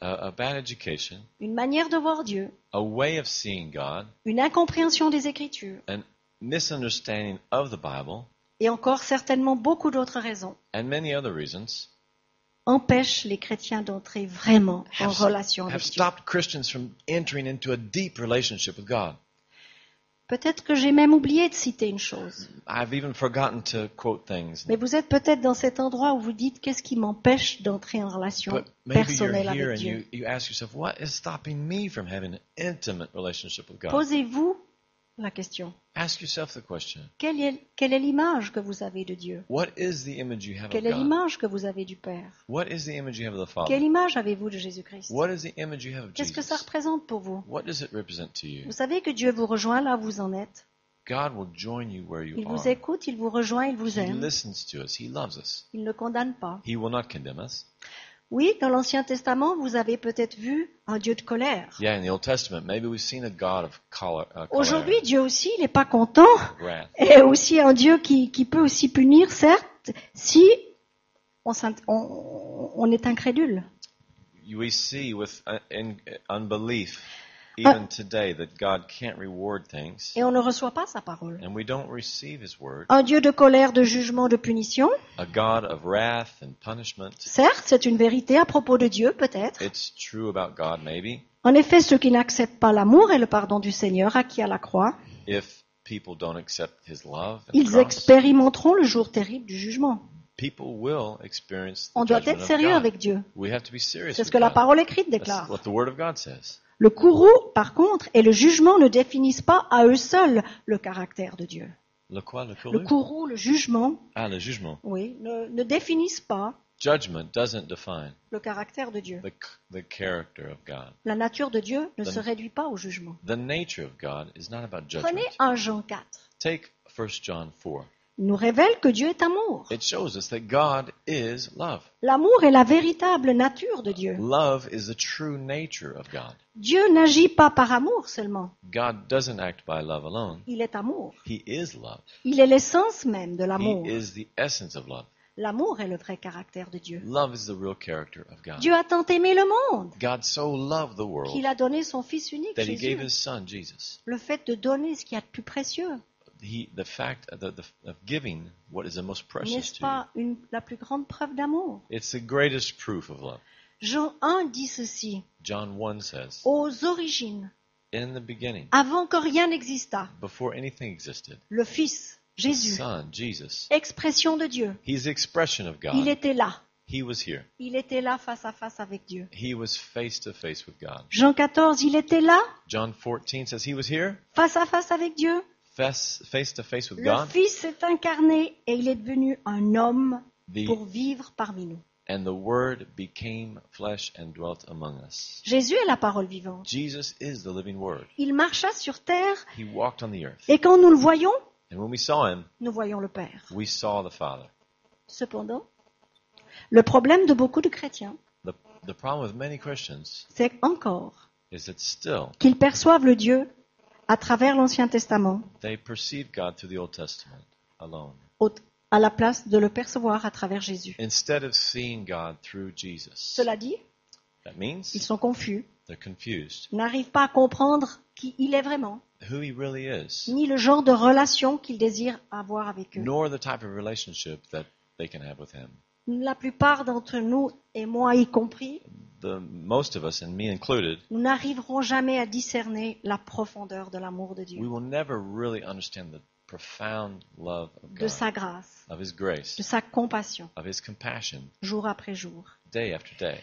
S1: a, a bad education,
S4: une manière de voir Dieu,
S1: a way of seeing God,
S4: une incompréhension des Écritures,
S1: an misunderstanding of the Bible,
S4: et encore certainement beaucoup d'autres raisons,
S1: and many other reasons
S4: empêchent les chrétiens d'entrer vraiment en
S1: have,
S4: relation
S1: have
S4: avec Dieu.
S1: stopped Christians from entering into a deep relationship with God.
S4: Peut-être que j'ai même oublié de citer une chose,
S1: I've even forgotten to quote things.
S4: mais vous êtes peut-être dans cet endroit où vous dites qu'est-ce qui m'empêche d'entrer en relation
S1: But maybe you're
S4: personnelle
S1: here
S4: avec
S1: and you,
S4: Dieu.
S1: you ask yourself, what is stopping me from having an intimate relationship with God?
S4: Posez-vous la question.
S1: Ask yourself the question.
S4: Quelle est- quelle est l'image que vous avez de Dieu
S1: What is the image you have of
S4: Quelle est
S1: God?
S4: l'image que vous avez du Père
S1: What is the image you have of the
S4: Quelle
S1: Father?
S4: image avez-vous de Jésus-Christ
S1: Ah. What is the image you have of
S4: Qu'est-ce que ça
S1: Jesus?
S4: représente pour vous
S1: What does it represent to you?
S4: Vous savez que Dieu vous rejoint là où vous en êtes.
S1: God will join you where you
S4: Il vous
S1: are.
S4: écoute, il vous rejoint, il vous
S1: He
S4: aime.
S1: listens to us. He loves us.
S4: Il ne condamne pas.
S1: He will not condemn us.
S4: Oui, dans l'Ancien Testament, vous avez peut-être vu un Dieu de colère.
S1: Yeah, in the Old Testament, maybe we've seen a God of color, uh, color
S4: Aujourd'hui, Dieu aussi, il n'est pas content.
S1: wrath.
S4: Et aussi un Dieu qui, qui peut aussi punir, certes, si on, s'int- on- on est incrédule.
S1: we see with uh, in, unbelief
S4: Uh,
S1: even today that God can't reward things
S4: Et on ne reçoit pas sa parole.
S1: and we don't receive his word
S4: Un Dieu de colère, de jugement, de punition.
S1: a god of wrath and punishment
S4: Certes, c'est une vérité à propos de Dieu, peut-être.
S1: it's true about God maybe
S4: En effet, ceux qui n'acceptent pas l'amour et le pardon du Seigneur acquis à la croix,
S1: if people don't accept his love and
S4: ils
S1: cross,
S4: expérimenteront le jour terrible du jugement.
S1: people will experience the
S4: On doit
S1: judgment
S4: être
S1: of
S4: sérieux
S1: God.
S4: avec Dieu.
S1: we have to be serious
S4: C'est ce
S1: with
S4: que la
S1: God.
S4: parole écrite
S1: that's
S4: déclare.
S1: what the word of God says
S4: Le courroux, par contre, et le jugement ne définissent pas à eux seuls le caractère de Dieu.
S1: le quoi le
S4: Le
S1: courroux
S4: courroux, le jugement,
S1: ah le jugement
S4: oui, ne, ne définissent pas
S1: judgment doesn't define
S4: le caractère de Dieu.
S1: the, c- the character of God
S4: La nature de Dieu ne
S1: Ben-
S4: se réduit pas au jugement.
S1: the nature of God is not about judgment
S4: Prenez 1 Jean 4.
S1: Take 1 John 4.
S4: Il nous révèle que Dieu est amour.
S1: It shows us that God is love.
S4: L'amour est la véritable nature de Dieu.
S1: Love is the true nature of God.
S4: Dieu n'agit pas par amour seulement.
S1: God doesn't act by love alone.
S4: Il est amour.
S1: He is love.
S4: Il est l'essence même de
S1: He
S4: l'amour.
S1: is the essence of love.
S4: L'amour est le vrai caractère de Dieu.
S1: Love is the real character of God.
S4: Dieu a tant aimé le monde
S1: God so loved the world
S4: qu'il a donné son Fils unique,
S1: that he gave
S4: Jésus.
S1: his son Jesus.
S4: Le fait de donner ce qu'il y a de plus précieux,
S1: He, the fact of, the, the, of giving what is the most precious
S4: n'est-ce
S1: to you.
S4: pas une- la plus grande preuve d'amour
S1: It's the greatest proof of love.
S4: Jean 1 dit ceci,
S1: John 1 says,
S4: aux origines,
S1: In the beginning,
S4: avant que rien n'existât,
S1: before anything existed,
S4: le Fils,
S1: the
S4: Jésus,
S1: Son, Jesus,
S4: expression de Dieu,
S1: he's the expression of God.
S4: il était là,
S1: He was here.
S4: Il était là face à face avec Dieu.
S1: He was face to face with God.
S4: Jean 14, il était là
S1: John 14 says he was here,
S4: face à face avec Dieu.
S1: face face to face with
S4: Le
S1: God,
S4: Fils s'est incarné et il est devenu un homme
S1: the,
S4: pour vivre parmi nous.
S1: and the Word became flesh and dwelt among us.
S4: Jésus est la parole vivante.
S1: Jesus is the living Word.
S4: Il marcha sur terre
S1: He walked on the earth.
S4: et quand nous le voyons,
S1: And when we saw him,
S4: nous voyons le Père.
S1: we saw the Father.
S4: Cependant, le problème de beaucoup de chrétiens,
S1: The, the problem with many Christians
S4: c'est encore
S1: is that still
S4: qu'ils perçoivent le Dieu à travers l'Ancien Testament,
S1: they perceive God through the Old Testament alone
S4: au- à la place de le percevoir à travers Jésus.
S1: instead of seeing God through Jesus.
S4: Cela dit,
S1: That
S4: ils
S1: means
S4: sont confus,
S1: they're confused
S4: ils n'arrivent pas à comprendre qui il est vraiment,
S1: who he really is,
S4: ni le genre de relation qu'ils désirent avoir avec eux.
S1: nor the type of relationship that they can have with him.
S4: La plupart d'entre nous, et moi y compris,
S1: The most of us, and me included,
S4: nous n'arriverons jamais à discerner la profondeur de l'amour de
S1: we
S4: Dieu,
S1: will never really understand the profound love of
S4: de
S1: God,
S4: sa grâce,
S1: of his
S4: de
S1: grace,
S4: sa compassion,
S1: of his compassion,
S4: jour après jour.
S1: day after day.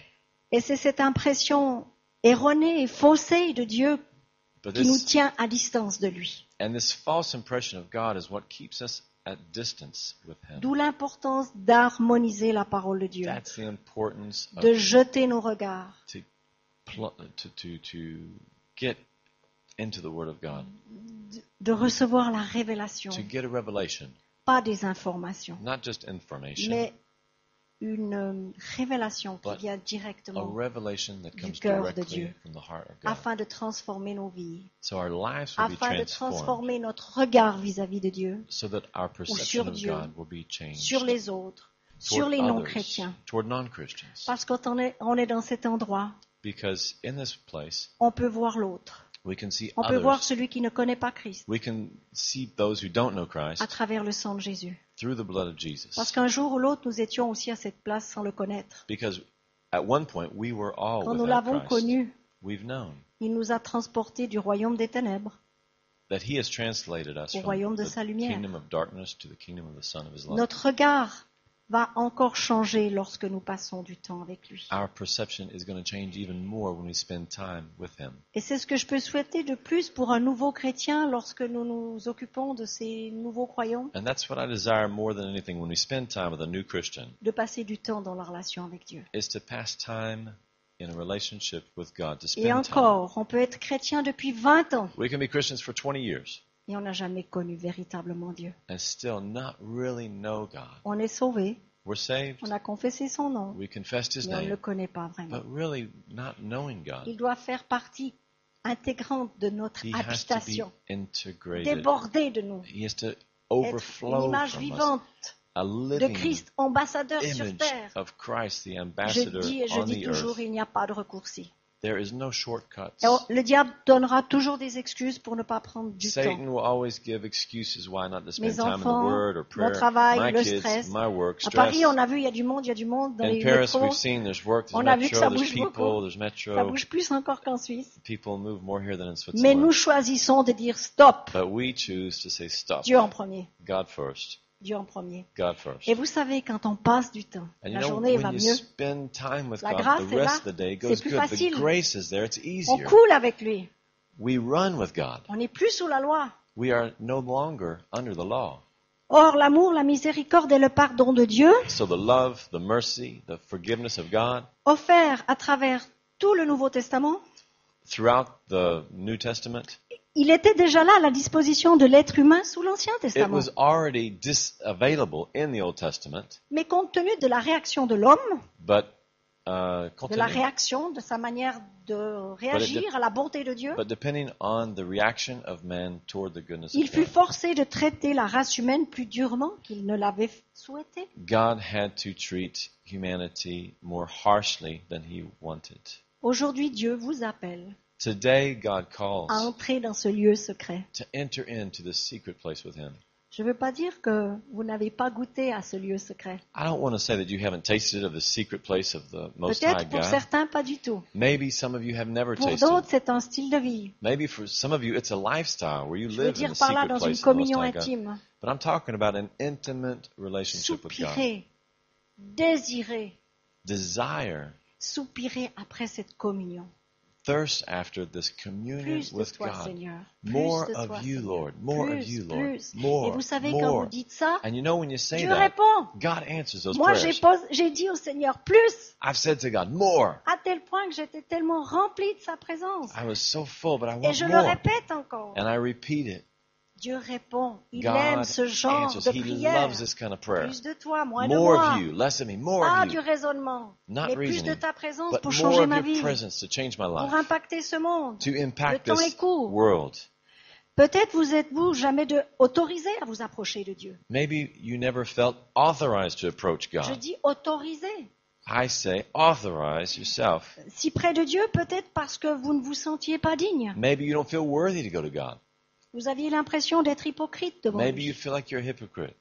S4: Et c'est cette impression erronée et faussée de Dieu
S1: But
S4: qui nous
S1: this
S4: tient à distance de lui.
S1: and this false impression of God is what keeps us at distance with him.
S4: D'où l'importance d'harmoniser la parole de Dieu,
S1: That's the importance of
S4: de jeter nos regards,
S1: pl- to, to, to get into the Word of God,
S4: de recevoir la révélation,
S1: to get a revelation,
S4: pas des informations,
S1: not just information,
S4: mais une euh, révélation qui
S1: But
S4: vient
S1: a
S4: directement
S1: revelation that
S4: du
S1: comes
S4: cœur de
S1: directly
S4: Dieu.
S1: from the heart of God.
S4: afin de transformer nos vies,
S1: So our lives will be
S4: afin de
S1: transformed
S4: transformer notre regard vis-à-vis de Dieu
S1: so that our
S4: sur
S1: perception of
S4: Dieu,
S1: God will be changed
S4: sur les autres, sur
S1: toward
S4: les
S1: others,
S4: non-chrétiens.
S1: toward non-Christians.
S4: Parce que quand on est, on est dans cet endroit,
S1: Because in this place,
S4: on peut voir l'autre.
S1: we can see
S4: On peut
S1: others.
S4: voir celui qui ne connaît pas Christ
S1: We can see those who don't know
S4: à
S1: Christ
S4: travers le sang de Jésus.
S1: through the blood of Jesus.
S4: Parce qu'un jour ou l'autre, nous étions aussi à cette place sans le connaître.
S1: Because at one point, we were all
S4: Quand nous
S1: without
S4: l'avons
S1: Christ.
S4: connu,
S1: We've known.
S4: il nous a transportés du royaume des ténèbres
S1: that he has translated us
S4: Au
S1: from
S4: royaume de
S1: the
S4: sa lumière.
S1: kingdom of darkness to the kingdom of the son of his love.
S4: Notre regard va encore changer lorsque nous passons du temps avec lui.
S1: Our perception is going to change even more when we spend time with him.
S4: Et c'est ce que je peux souhaiter de plus pour un nouveau chrétien lorsque nous nous occupons de ces nouveaux croyants,
S1: And that's what I desire more than anything when we spend time with a new Christian
S4: de passer du temps dans la relation avec Dieu.
S1: is to pass time in a relationship with God, to spend
S4: Et
S1: time.
S4: encore, on peut être chrétien depuis 20 ans
S1: We can be Christians for 20 years
S4: et on n'a jamais connu véritablement Dieu.
S1: and still not really know God.
S4: On est sauvé,
S1: We're saved,
S4: on a confessé son nom,
S1: we confessed his
S4: mais on ne le
S1: name,
S4: connaît pas vraiment.
S1: but really not knowing God.
S4: Il doit faire partie intégrante de notre
S1: ah. He has to be
S4: habitation,
S1: integrated.
S4: déborder de nous,
S1: He has to
S4: être une
S1: overflow
S4: image
S1: from us.
S4: vivante
S1: A
S4: de
S1: living
S4: Christ, ambassadeur sur
S1: image
S4: terre.
S1: of Christ, the
S4: Je
S1: ambassador
S4: dis et je
S1: on
S4: dis
S1: the
S4: toujours,
S1: earth.
S4: il n'y a pas de raccourci.
S1: There is no shortcuts.
S4: Et on- le diable donnera toujours des excuses pour ne pas prendre du temps.
S1: Satan will always give excuses why not to spend
S4: Mes
S1: time in the
S4: enfants,
S1: Word or prayer.
S4: travail,
S1: my
S4: le
S1: kids,
S4: stress.
S1: my work,
S4: À
S1: stress.
S4: Paris, on a vu, il y a du monde, il y a du monde dans
S1: in
S4: les
S1: Paris,
S4: métros.
S1: we've seen there's work, there's
S4: On a vu que
S1: metro,
S4: ça
S1: there's
S4: bouge
S1: people,
S4: beaucoup.
S1: there's
S4: Ça
S1: metro.
S4: bouge plus encore qu'en Suisse.
S1: People move more here than in
S4: Mais
S1: Switzerland.
S4: nous choisissons de dire stop.
S1: But we choose to say stop.
S4: Dieu en premier.
S1: God first.
S4: Dieu en premier.
S1: God first.
S4: Et vous savez, quand on passe du temps,
S1: and
S4: la
S1: you know,
S4: journée
S1: when
S4: va
S1: you
S4: mieux.
S1: spend time with
S4: La
S1: God,
S4: grâce
S1: the
S4: est
S1: rest
S4: là.
S1: of the day
S4: C'est
S1: goes
S4: plus
S1: good.
S4: facile.
S1: The grace is there. It's
S4: On
S1: easier.
S4: coule avec lui.
S1: We run with God.
S4: On n'est plus sous la loi.
S1: We are no longer under the law.
S4: Or, l'amour, la miséricorde et le pardon de Dieu,
S1: So the love, the mercy, the forgiveness of God
S4: offerts à travers tout le Nouveau Testament,
S1: throughout the New Testament,
S4: il était déjà là à la disposition de l'être humain sous l'Ancien
S1: it
S4: Testament.
S1: was already dis- available in the Old Testament,
S4: Mais compte tenu de la réaction de l'homme,
S1: but uh,
S4: de la
S1: continue-
S4: réaction, de sa manière de réagir à la bonté de Dieu,
S1: but depending on the reaction of man toward the goodness
S4: il
S1: of
S4: fut
S1: God,
S4: forcé de traiter la race humaine plus durement qu'il ne l'avait souhaité.
S1: God had to treat humanity more harshly than He wanted.
S4: Aujourd'hui, Dieu vous appelle
S1: Today, God calls
S4: à entrer dans ce lieu secret.
S1: to enter into the secret place with Him.
S4: Je ne veux pas dire que vous n'avez pas goûté à ce lieu secret.
S1: I don't want to say that you haven't tasted of the secret place of the Most High
S4: Peut-être pour
S1: God.
S4: certains, pas du tout.
S1: Maybe some of you have never
S4: Pour
S1: tasted.
S4: d'autres, c'est un style de vie.
S1: Maybe for some of you, it's a lifestyle where you
S4: Je veux
S1: live in
S4: dire
S1: the
S4: par là
S1: secret
S4: dans une
S1: place of the Most
S4: communion
S1: High God.
S4: intime.
S1: But I'm talking about an intimate relationship with God.
S4: Soupirer, désirer,
S1: desire,
S4: Soupirez après cette communion.
S1: thirst after this communion
S4: Plus de
S1: with
S4: toi,
S1: God.
S4: Seigneur. Plus
S1: More
S4: de toi,
S1: of you,
S4: Seigneur.
S1: Lord. More of
S4: Plus,
S1: you, Lord.
S4: plus. Et
S1: More,
S4: vous savez, quand vous
S1: more.
S4: dites ça,
S1: And you know when you say
S4: Dieu
S1: that,
S4: répond.
S1: God answers those
S4: Moi, j'ai
S1: prayers.
S4: pos- j'ai dit au Seigneur plus,
S1: I've said to God, more.
S4: à tel point que j'étais tellement remplie de sa présence.
S1: I was so full, but I
S4: Et
S1: want
S4: je le
S1: more.
S4: répète encore.
S1: And I repeat it.
S4: Dieu répond. Il aime
S1: God
S4: ce genre
S1: answers.
S4: de
S1: He
S4: prière.
S1: loves this kind of prayer.
S4: Plus de toi, moins de
S1: More
S4: moi.
S1: of you, less of me, more
S4: Pas
S1: of
S4: du
S1: you,
S4: raisonnement,
S1: Not
S4: mais plus de
S1: reasoning,
S4: ta présence
S1: but
S4: pour
S1: more
S4: changer ma
S1: of
S4: vie,
S1: your presence to change my
S4: pour
S1: life,
S4: impacter ce monde.
S1: to impact
S4: Le temps
S1: this
S4: est court.
S1: world.
S4: Peut-être vous êtes-vous jamais de, autorisé à vous approcher de Dieu.
S1: Maybe you never felt authorized to approach
S4: Je
S1: God.
S4: dis autorisé.
S1: I say authorize yourself.
S4: Si près de Dieu, peut-être parce que vous ne vous sentiez pas digne.
S1: Maybe you don't feel worthy to go to God.
S4: Vous aviez l'impression d'être hypocrite devant
S1: Maybe
S4: lui.
S1: you feel like you're a hypocrite.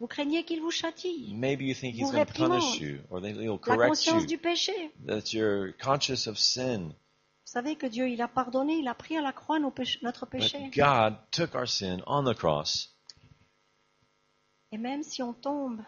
S4: Vous craignez qu'il vous chatille.
S1: Maybe you think he's
S4: Vous
S1: going to punish
S4: réprimande.
S1: you or that he'll
S4: La
S1: correct
S4: conscience du
S1: you,
S4: péché. Vous
S1: that you're conscious of sin.
S4: savez que Dieu, il a pardonné, il a pris à la croix nos péch- notre
S1: But
S4: péché.
S1: God took our sin on the cross,
S4: Et même si on tombe,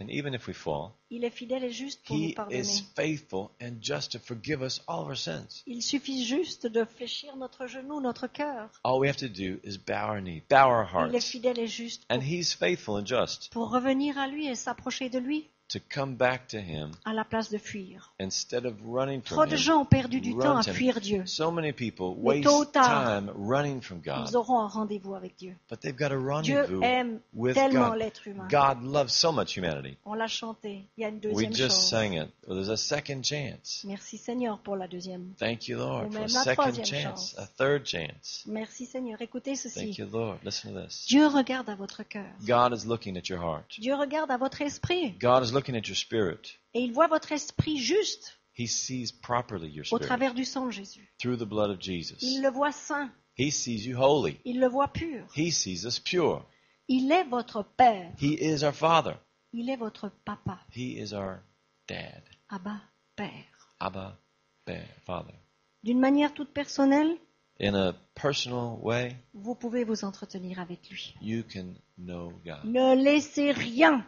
S1: and even if we fall,
S4: il est fidèle et juste pour nous
S1: he
S4: pardonner.
S1: is faithful and just to forgive us all of our sins.
S4: Il suffit juste de fléchir notre genou, notre cœur.
S1: All we have to do is bow our knee, bow our
S4: Il est
S1: hearts,
S4: fidèle et juste pour,
S1: and he's faithful and just
S4: pour revenir à lui et s'approcher de lui
S1: to come back to him
S4: à la place de fuir.
S1: instead of running
S4: Trop
S1: from
S4: de
S1: him.
S4: gens ont perdu du
S1: Run
S4: temps à
S1: to him.
S4: fuir Dieu.
S1: So many people
S4: Mais tôt ou
S1: waste
S4: tard,
S1: time running from God,
S4: Ils auront un rendez-vous avec Dieu.
S1: but they've got a
S4: Dieu
S1: Ah. rendezvous
S4: aime
S1: with
S4: tellement
S1: God.
S4: l'être humain.
S1: God loves so much humanity.
S4: On l'a chanté. Il y a une
S1: We
S4: deuxième
S1: just
S4: chose.
S1: sang it. Well, there's a second chance.
S4: Merci Seigneur pour la deuxième.
S1: Thank you,
S4: Ou
S1: Lord, for
S4: même
S1: a
S4: la
S1: second
S4: troisième
S1: chance,
S4: chance.
S1: a third chance.
S4: Merci Seigneur. Écoutez ceci.
S1: Thank you, Lord. Listen to this.
S4: Dieu regarde à votre cœur.
S1: God is looking at your heart.
S4: Dieu regarde à votre esprit.
S1: God is looking at your spirit.
S4: Et il voit votre esprit juste
S1: He sees properly your
S4: au
S1: spirit
S4: travers du sang de Jésus.
S1: through the blood of Jesus.
S4: Il le voit saint.
S1: He sees you holy.
S4: Il le voit pur.
S1: He sees us pure.
S4: Il est votre Père.
S1: He is our Father.
S4: Il est votre Papa.
S1: He is our Dad.
S4: Abba, Père.
S1: Abba, Ba- Father.
S4: D'une manière toute personnelle,
S1: In a personal way,
S4: vous pouvez vous entretenir avec lui.
S1: you can know God.
S4: Ne laissez rien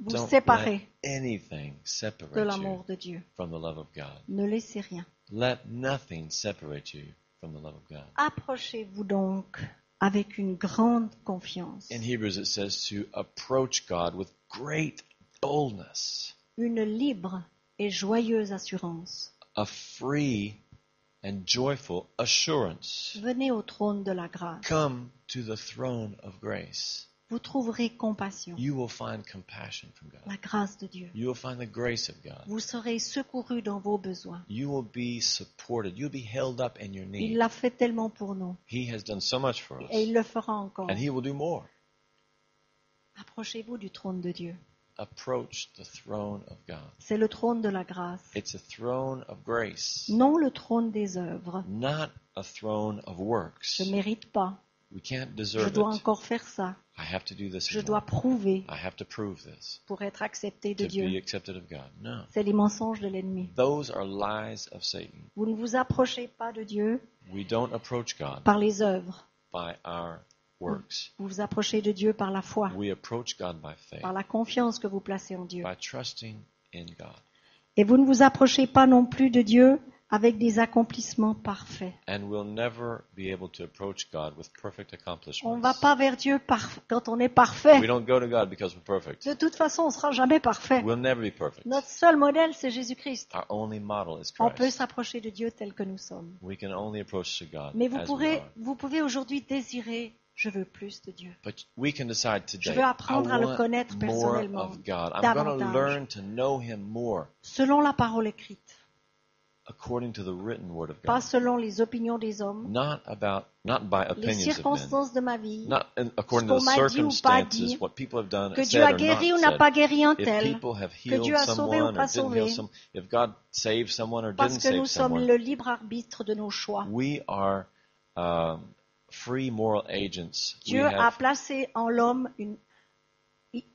S4: vous
S1: Don't let
S4: séparer
S1: anything
S4: de
S1: separate you
S4: l'amour de Dieu.
S1: from the love of God.
S4: Ne laissez rien.
S1: Let nothing separate you from the love of God.
S4: Approchez-vous donc avec une grande confiance,
S1: In Hebrews, it says to approach God with great boldness,
S4: une libre et joyeuse assurance.
S1: a free and joyful assurance.
S4: Venez au trône de la grâce.
S1: Come to the throne of grace.
S4: Vous trouverez compassion,
S1: You will find compassion from God.
S4: la grâce de Dieu.
S1: You will find the grace of God.
S4: Vous serez secourus dans vos besoins.
S1: You will be supported. You'll be held up in your
S4: Il
S1: need.
S4: l'a fait tellement pour nous
S1: He has done so much for us,
S4: et il le fera encore.
S1: and He will do more.
S4: Approchez-vous du trône de Dieu.
S1: Approach the throne of God.
S4: C'est le trône de la grâce,
S1: It's a throne of grace,
S4: non le trône des œuvres.
S1: not a throne of works.
S4: Je mérite pas.
S1: We can't
S4: Je
S1: deserve
S4: dois
S1: it.
S4: encore faire ça.
S1: I have to do this.
S4: Je
S1: and
S4: dois
S1: that.
S4: prouver
S1: I have to prove this
S4: pour être accepté de
S1: to be
S4: Dieu.
S1: accepted of God. No.
S4: C'est les mensonges de l'ennemi.
S1: Those are lies of Satan.
S4: Vous ne vous approchez pas de Dieu
S1: We don't approach God
S4: par les œuvres.
S1: by our works.
S4: Vous vous approchez de Dieu par la foi,
S1: We approach God by faith,
S4: par la confiance que vous placez en Dieu.
S1: by trusting in God.
S4: Et vous ne vous approchez pas non plus de Dieu avec des accomplissements parfaits.
S1: And we'll never be able to approach God with perfect
S4: On ne
S1: accomplishments.
S4: va pas vers Dieu par- quand on est
S1: We
S4: parfait.
S1: don't go to God because we're perfect.
S4: De toute façon, on ne sera jamais parfait.
S1: We'll never be perfect.
S4: Notre seul modèle, c'est Jésus-Christ.
S1: Our only model is
S4: On peut
S1: Christ.
S4: s'approcher de Dieu tel que nous sommes.
S1: We can only approach to God
S4: Mais vous,
S1: as we
S4: pourrez,
S1: are.
S4: vous pouvez aujourd'hui désirer, je veux plus de Dieu.
S1: But we can decide today.
S4: Je veux apprendre
S1: I
S4: à le
S1: want
S4: connaître
S1: more
S4: personnellement,
S1: of God. I'm going to
S4: davantage.
S1: learn to know Him more
S4: Selon la parole écrite,
S1: according to the written Word of
S4: pas
S1: God,
S4: selon les opinions des hommes,
S1: not about, not by
S4: les
S1: opinions of men,
S4: circonstances de ma vie,
S1: not in, according
S4: Ce
S1: to the
S4: qu'on m'a dit ou pas
S1: circumstances,
S4: dit,
S1: what people have done,
S4: que
S1: said
S4: Dieu a
S1: or
S4: guéri
S1: not
S4: ou
S1: said.
S4: n'a pas guéri un
S1: If
S4: tel,
S1: people have
S4: que
S1: healed
S4: Dieu a sauvé ou
S1: someone or
S4: pas
S1: didn't heal
S4: sauvé,
S1: some, if God saved someone or
S4: parce
S1: didn't
S4: que nous
S1: save
S4: sommes
S1: someone,
S4: le libre arbitre de nos choix.
S1: we are um, free moral agents. We,
S4: Dieu a
S1: have,
S4: placé en l'homme une...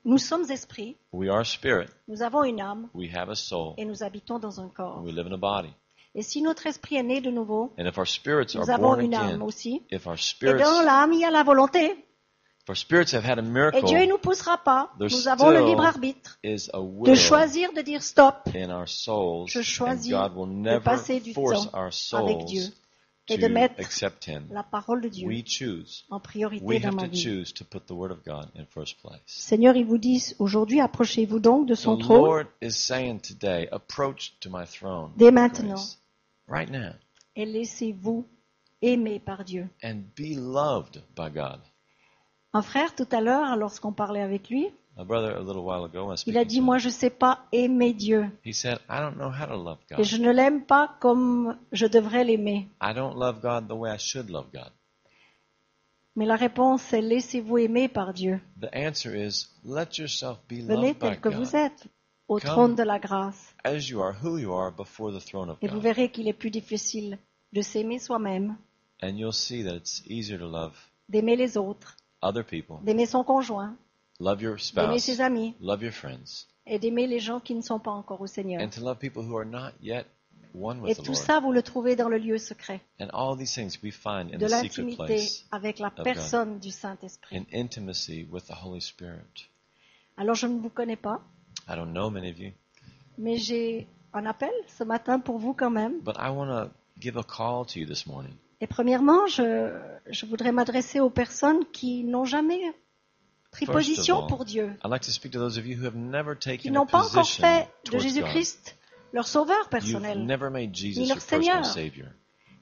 S4: Nous sommes esprits,
S1: we are spirit.
S4: nous avons une âme
S1: We have a soul.
S4: et nous habitons dans un corps.
S1: And we live in a body.
S4: Et si notre esprit est né de nouveau,
S1: And if our spirits
S4: nous
S1: are
S4: avons
S1: born
S4: une âme
S1: again,
S4: aussi.
S1: if our
S4: Et
S1: spirits,
S4: dans l'âme, il y a la volonté.
S1: if For spirits have had a
S4: Et Dieu ne
S1: miracle
S4: nous poussera pas.
S1: There's
S4: Nous avons le
S1: still
S4: libre arbitre
S1: is a will
S4: de choisir de dire stop
S1: in our souls,
S4: Je choisis
S1: and God will never
S4: passer du
S1: force
S4: temps
S1: our
S4: avec Dieu
S1: souls
S4: et de
S1: to
S4: mettre
S1: accept Him.
S4: la parole de Dieu
S1: We choose.
S4: en
S1: We
S4: priorité dans
S1: have
S4: ma
S1: to
S4: vie.
S1: choose to put the Word of God in first place.
S4: Seigneur, il vous dit aujourd'hui, approchez-vous donc de
S1: The
S4: son trône
S1: Lord is saying today, approach to my throne.
S4: Dès
S1: of
S4: maintenant.
S1: grace, Right now.
S4: et laissez-vous aimer par Dieu.
S1: And be loved by God.
S4: Un frère, tout à l'heure, lorsqu'on parlait avec lui,
S1: My brother, a little while ago, I was
S4: il a
S1: speaking
S4: dit,
S1: to
S4: moi,
S1: him,
S4: je ne sais pas aimer Dieu.
S1: he said, I don't know how to love God.
S4: Et je ne l'aime pas comme je devrais l'aimer.
S1: I don't love God the way I should love God.
S4: Mais la réponse est laissez-vous aimer par Dieu.
S1: The answer is, let yourself be
S4: Venez
S1: loved by
S4: tel que vous
S1: God
S4: êtes au
S1: Come.
S4: trône de la grâce.
S1: as you are, who you are, before the throne of
S4: Et vous
S1: God.
S4: verrez qu'il est plus difficile de s'aimer soi-même,
S1: And you'll see that it's easier to love
S4: d'aimer les autres,
S1: other people,
S4: d'aimer son conjoint,
S1: love your
S4: d'aimer
S1: spouse,
S4: ses amis
S1: love your friends,
S4: et d'aimer les gens qui ne sont pas encore au Seigneur.
S1: and to love people who are not yet one
S4: Et
S1: with the
S4: tout
S1: Lord.
S4: ça, vous le trouvez dans le lieu secret,
S1: And all these things we find in
S4: de
S1: the secret
S4: l'intimité
S1: place,
S4: avec la
S1: God.
S4: personne du Saint-Esprit.
S1: in intimacy with the Holy Spirit.
S4: Alors, je ne vous connais pas,
S1: I don't know many of you,
S4: mais j'ai un appel ce matin pour vous quand même.
S1: but I want to give a call to you this morning.
S4: Et premièrement, je, je voudrais m'adresser aux personnes qui n'ont jamais pris
S1: First of
S4: position
S1: all,
S4: pour Dieu,
S1: I'd like to speak to those of you who have never
S4: qui
S1: taken a
S4: n'ont pas encore
S1: position
S4: fait de
S1: towards God.
S4: Jésus-Christ leur sauveur
S1: You've
S4: personnel,
S1: never made
S4: ni
S1: Jesus your
S4: leur
S1: personal
S4: Seigneur.
S1: Savior.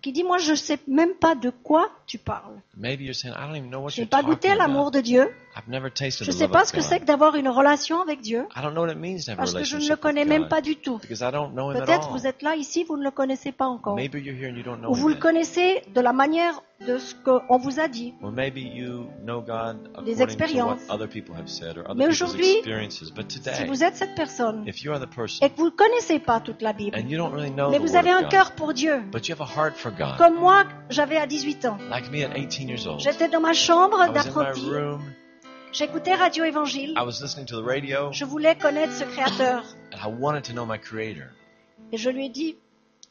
S4: qui dit moi je ne sais même pas de quoi tu parles.
S1: Maybe you're saying, I don't even know what
S4: Je n'ai
S1: you're
S4: pas
S1: talking
S4: goûté à l'amour
S1: about.
S4: de Dieu.
S1: I've never tasted
S4: Je ne
S1: the
S4: sais
S1: love
S4: pas
S1: of
S4: ce que
S1: God.
S4: c'est que d'avoir une relation avec Dieu
S1: I don't know what it means to have a
S4: parce que je ne
S1: relationship
S4: le connais
S1: with
S4: même
S1: God,
S4: pas du tout.
S1: because I don't know Him at
S4: Peut-être
S1: all.
S4: vous êtes là ici, vous ne le connaissez pas encore.
S1: Maybe you're here and you don't know
S4: Ou vous
S1: Him.
S4: le
S1: yet.
S4: connaissez de la manière de ce qu'on vous a dit.
S1: Or maybe you know God
S4: Les
S1: according to what
S4: expériences.
S1: other people have said or
S4: Mais
S1: other people's
S4: aujourd'hui,
S1: experiences. But
S4: Si
S1: today,
S4: vous êtes cette personne
S1: if you are the person
S4: et que vous ne connaissez pas toute la Bible,
S1: and you don't really know
S4: mais
S1: the
S4: vous
S1: Word
S4: avez
S1: of
S4: un
S1: God,
S4: cœur pour Dieu,
S1: But you have a heart for God.
S4: comme moi j'avais à 18 ans.
S1: like me at 18 years old.
S4: J'étais dans ma chambre
S1: I was in my
S4: d'apprenti,
S1: room.
S4: j'écoutais Radio Évangile,
S1: I was listening to the radio,
S4: je voulais connaître ce Créateur.
S1: and I wanted to know my Creator.
S4: Et je lui ai dit,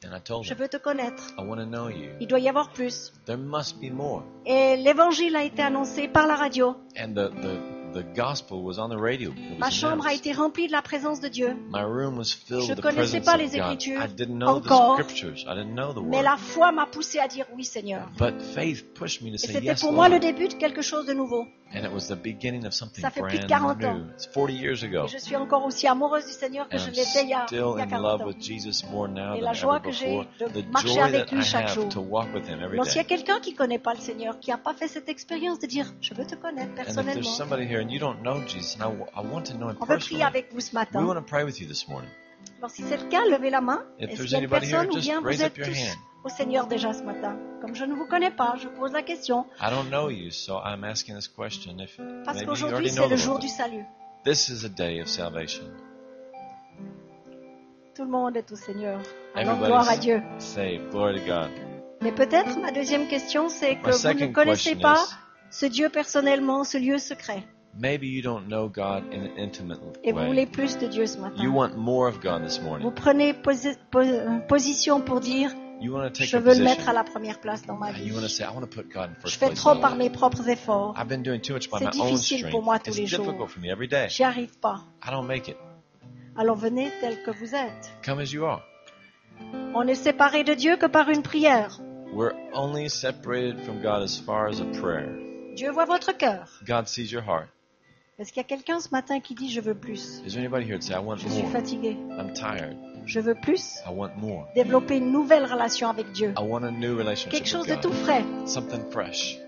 S1: And I told
S4: je
S1: him,
S4: veux te connaître,
S1: I want to know you.
S4: il doit y avoir plus.
S1: There must be more.
S4: Et l'Évangile a été annoncé par la radio.
S1: And the, the, the gospel was on the radio. It
S4: Ma
S1: was
S4: chambre a
S1: announced.
S4: été remplie de la présence de Dieu.
S1: My room was filled
S4: Je
S1: with the
S4: connaissais
S1: presence
S4: pas
S1: of God.
S4: les Écritures
S1: I didn't know
S4: encore.
S1: the scriptures. I didn't know the
S4: Mais
S1: word.
S4: la foi m'a poussé à dire oui, Seigneur.
S1: But faith pushed me to
S4: Et
S1: say
S4: c'était
S1: Ah, yes,
S4: pour moi le
S1: Lord.
S4: début de quelque chose de nouveau.
S1: And it was the beginning of something
S4: Ça fait plus de
S1: brand
S4: 40
S1: new.
S4: ans.
S1: It's 40 years ago.
S4: Et je suis encore aussi amoureuse du Seigneur que
S1: Oh. And
S4: je
S1: I'm
S4: l'étais il y a, il
S1: still
S4: y a
S1: in
S4: 40
S1: love
S4: ans.
S1: with Jesus more now
S4: Et
S1: than
S4: la joie
S1: ever
S4: que j'ai
S1: before.
S4: de
S1: The
S4: marcher
S1: joy
S4: avec
S1: that
S4: lui
S1: I
S4: chaque
S1: have
S4: jour.
S1: to walk with Him every
S4: Alors s'il y a
S1: day.
S4: quelqu'un qui ne connaît pas le Seigneur, qui n'a pas fait cette expérience de dire, je veux te
S1: And
S4: connaître
S1: if there's
S4: personnellement,
S1: somebody here and you don't know Jesus, and I, w- I want to know Him
S4: on veut prier
S1: personally,
S4: avec vous ce
S1: we
S4: matin.
S1: want to pray with you this morning.
S4: Alors si c'est le cas, levez la main.
S1: If
S4: Est-ce
S1: there's
S4: qu'il y a une
S1: anybody here,
S4: personne ou
S1: just
S4: bien vous
S1: raise up
S4: êtes
S1: your
S4: tous
S1: hand.
S4: au Seigneur déjà ce matin Comme je ne vous connais pas, je pose la question.
S1: I don't know you, so I'm asking this question. If maybe
S4: Parce
S1: you
S4: qu'aujourd'hui,
S1: already
S4: c'est
S1: know
S4: le
S1: the
S4: jour
S1: Lord.
S4: du salut.
S1: This is a day of salvation.
S4: Tout le monde est au Seigneur. Alors gloire à Dieu.
S1: Everybody's saved. Glory to God.
S4: Mais peut-être ma deuxième question,
S1: My
S4: c'est que vous ne
S1: second
S4: connaissez
S1: question
S4: pas
S1: is,
S4: ce Dieu personnellement, ce lieu secret.
S1: maybe you don't know God in an intimate
S4: Et vous voulez
S1: way.
S4: plus de Dieu ce
S1: You
S4: matin.
S1: want more of God this
S4: Vous
S1: morning.
S4: prenez posi- po- euh, position pour dire
S1: You want to take
S4: je
S1: a
S4: veux le mettre
S1: position.
S4: à la première place dans ma
S1: And
S4: vie.
S1: you want to say, I want to put God in
S4: Je
S1: first
S4: fais
S1: place. in my
S4: trop
S1: life.
S4: par
S1: Ah,
S4: mes propres efforts.
S1: I've been doing too much by
S4: C'est
S1: my own
S4: difficile pour moi tous
S1: strength. It's
S4: les jours.
S1: difficult for me every day.
S4: J'y arrive pas.
S1: I don't make it.
S4: Alors venez tel que vous êtes.
S1: Come as you are.
S4: On est séparé de Dieu que par une prière.
S1: We're only separated from God as far as a prayer.
S4: Dieu voit votre cœur.
S1: God sees your heart.
S4: Est-ce qu'il y a quelqu'un ce matin qui dit je veux plus
S1: Is there anybody here that say, I want
S4: Je suis
S1: more?
S4: fatigué.
S1: I'm tired.
S4: Je veux plus
S1: I want more.
S4: développer une nouvelle relation avec Dieu.
S1: I want a new relationship
S4: Quelque chose de
S1: with
S4: tout
S1: God.
S4: frais,
S1: Something fresh,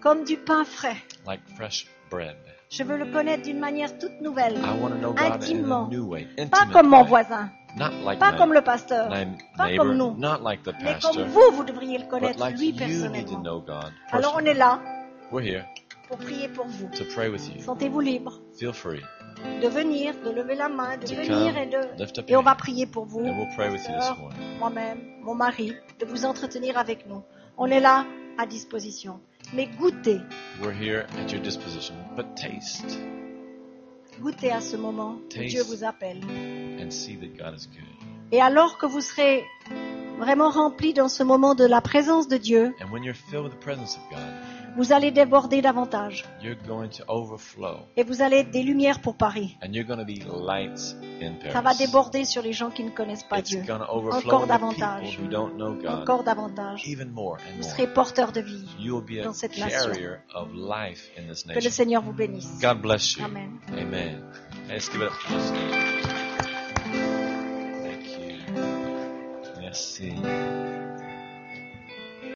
S4: comme du pain frais.
S1: like fresh bread.
S4: Je veux le connaître d'une manière toute nouvelle.
S1: I want to know God in a
S4: Intimement.
S1: new way.
S4: Pas
S1: Intimate
S4: comme mon
S1: way.
S4: voisin,
S1: Not like
S4: pas
S1: my,
S4: comme le pasteur,
S1: my
S4: pas
S1: neighbor.
S4: comme nous.
S1: Not like the
S4: mais comme
S1: pastor.
S4: vous, vous devriez le
S1: But
S4: connaître
S1: like
S4: lui
S1: you need to
S4: personnellement.
S1: know God.
S4: Alors on
S1: personally.
S4: est là
S1: We're here
S4: pour prier pour vous.
S1: to pray with you.
S4: Sentez-vous libre
S1: Feel free.
S4: de venir, de lever la main, de
S1: To
S4: venir
S1: come,
S4: et de...
S1: Lift up
S4: Et on
S1: your
S4: va
S1: hand.
S4: prier pour vous,
S1: And we'll pray with you this
S4: Sœur,
S1: morning.
S4: moi-même, mon mari, de vous entretenir avec nous. On est là à disposition. Mais goûtez,
S1: We're here at your disposition. But taste
S4: goûtez à ce moment où
S1: Taste.
S4: Dieu vous appelle.
S1: and see that God is good.
S4: Et alors que vous serez vraiment rempli dans ce moment de la présence de Dieu,
S1: And when you're filled with the presence of God,
S4: vous allez déborder davantage.
S1: you're going to overflow
S4: Et vous allez être des lumières pour Paris.
S1: and you're going to be lights in
S4: Ça va
S1: Paris.
S4: déborder sur les gens qui ne connaissent pas
S1: It's
S4: Dieu.
S1: going to overflow with people
S4: davantage.
S1: who don't know God
S4: Encore davantage.
S1: even more and
S4: Vous
S1: more.
S4: serez porteur de vie.
S1: You will be a
S4: dans cette nation.
S1: carrier of life in this
S4: Que le
S1: nation.
S4: Seigneur vous bénisse.
S1: God bless you.
S4: Amen.
S1: Amen. Let's give it up for this. Thank you. Merci.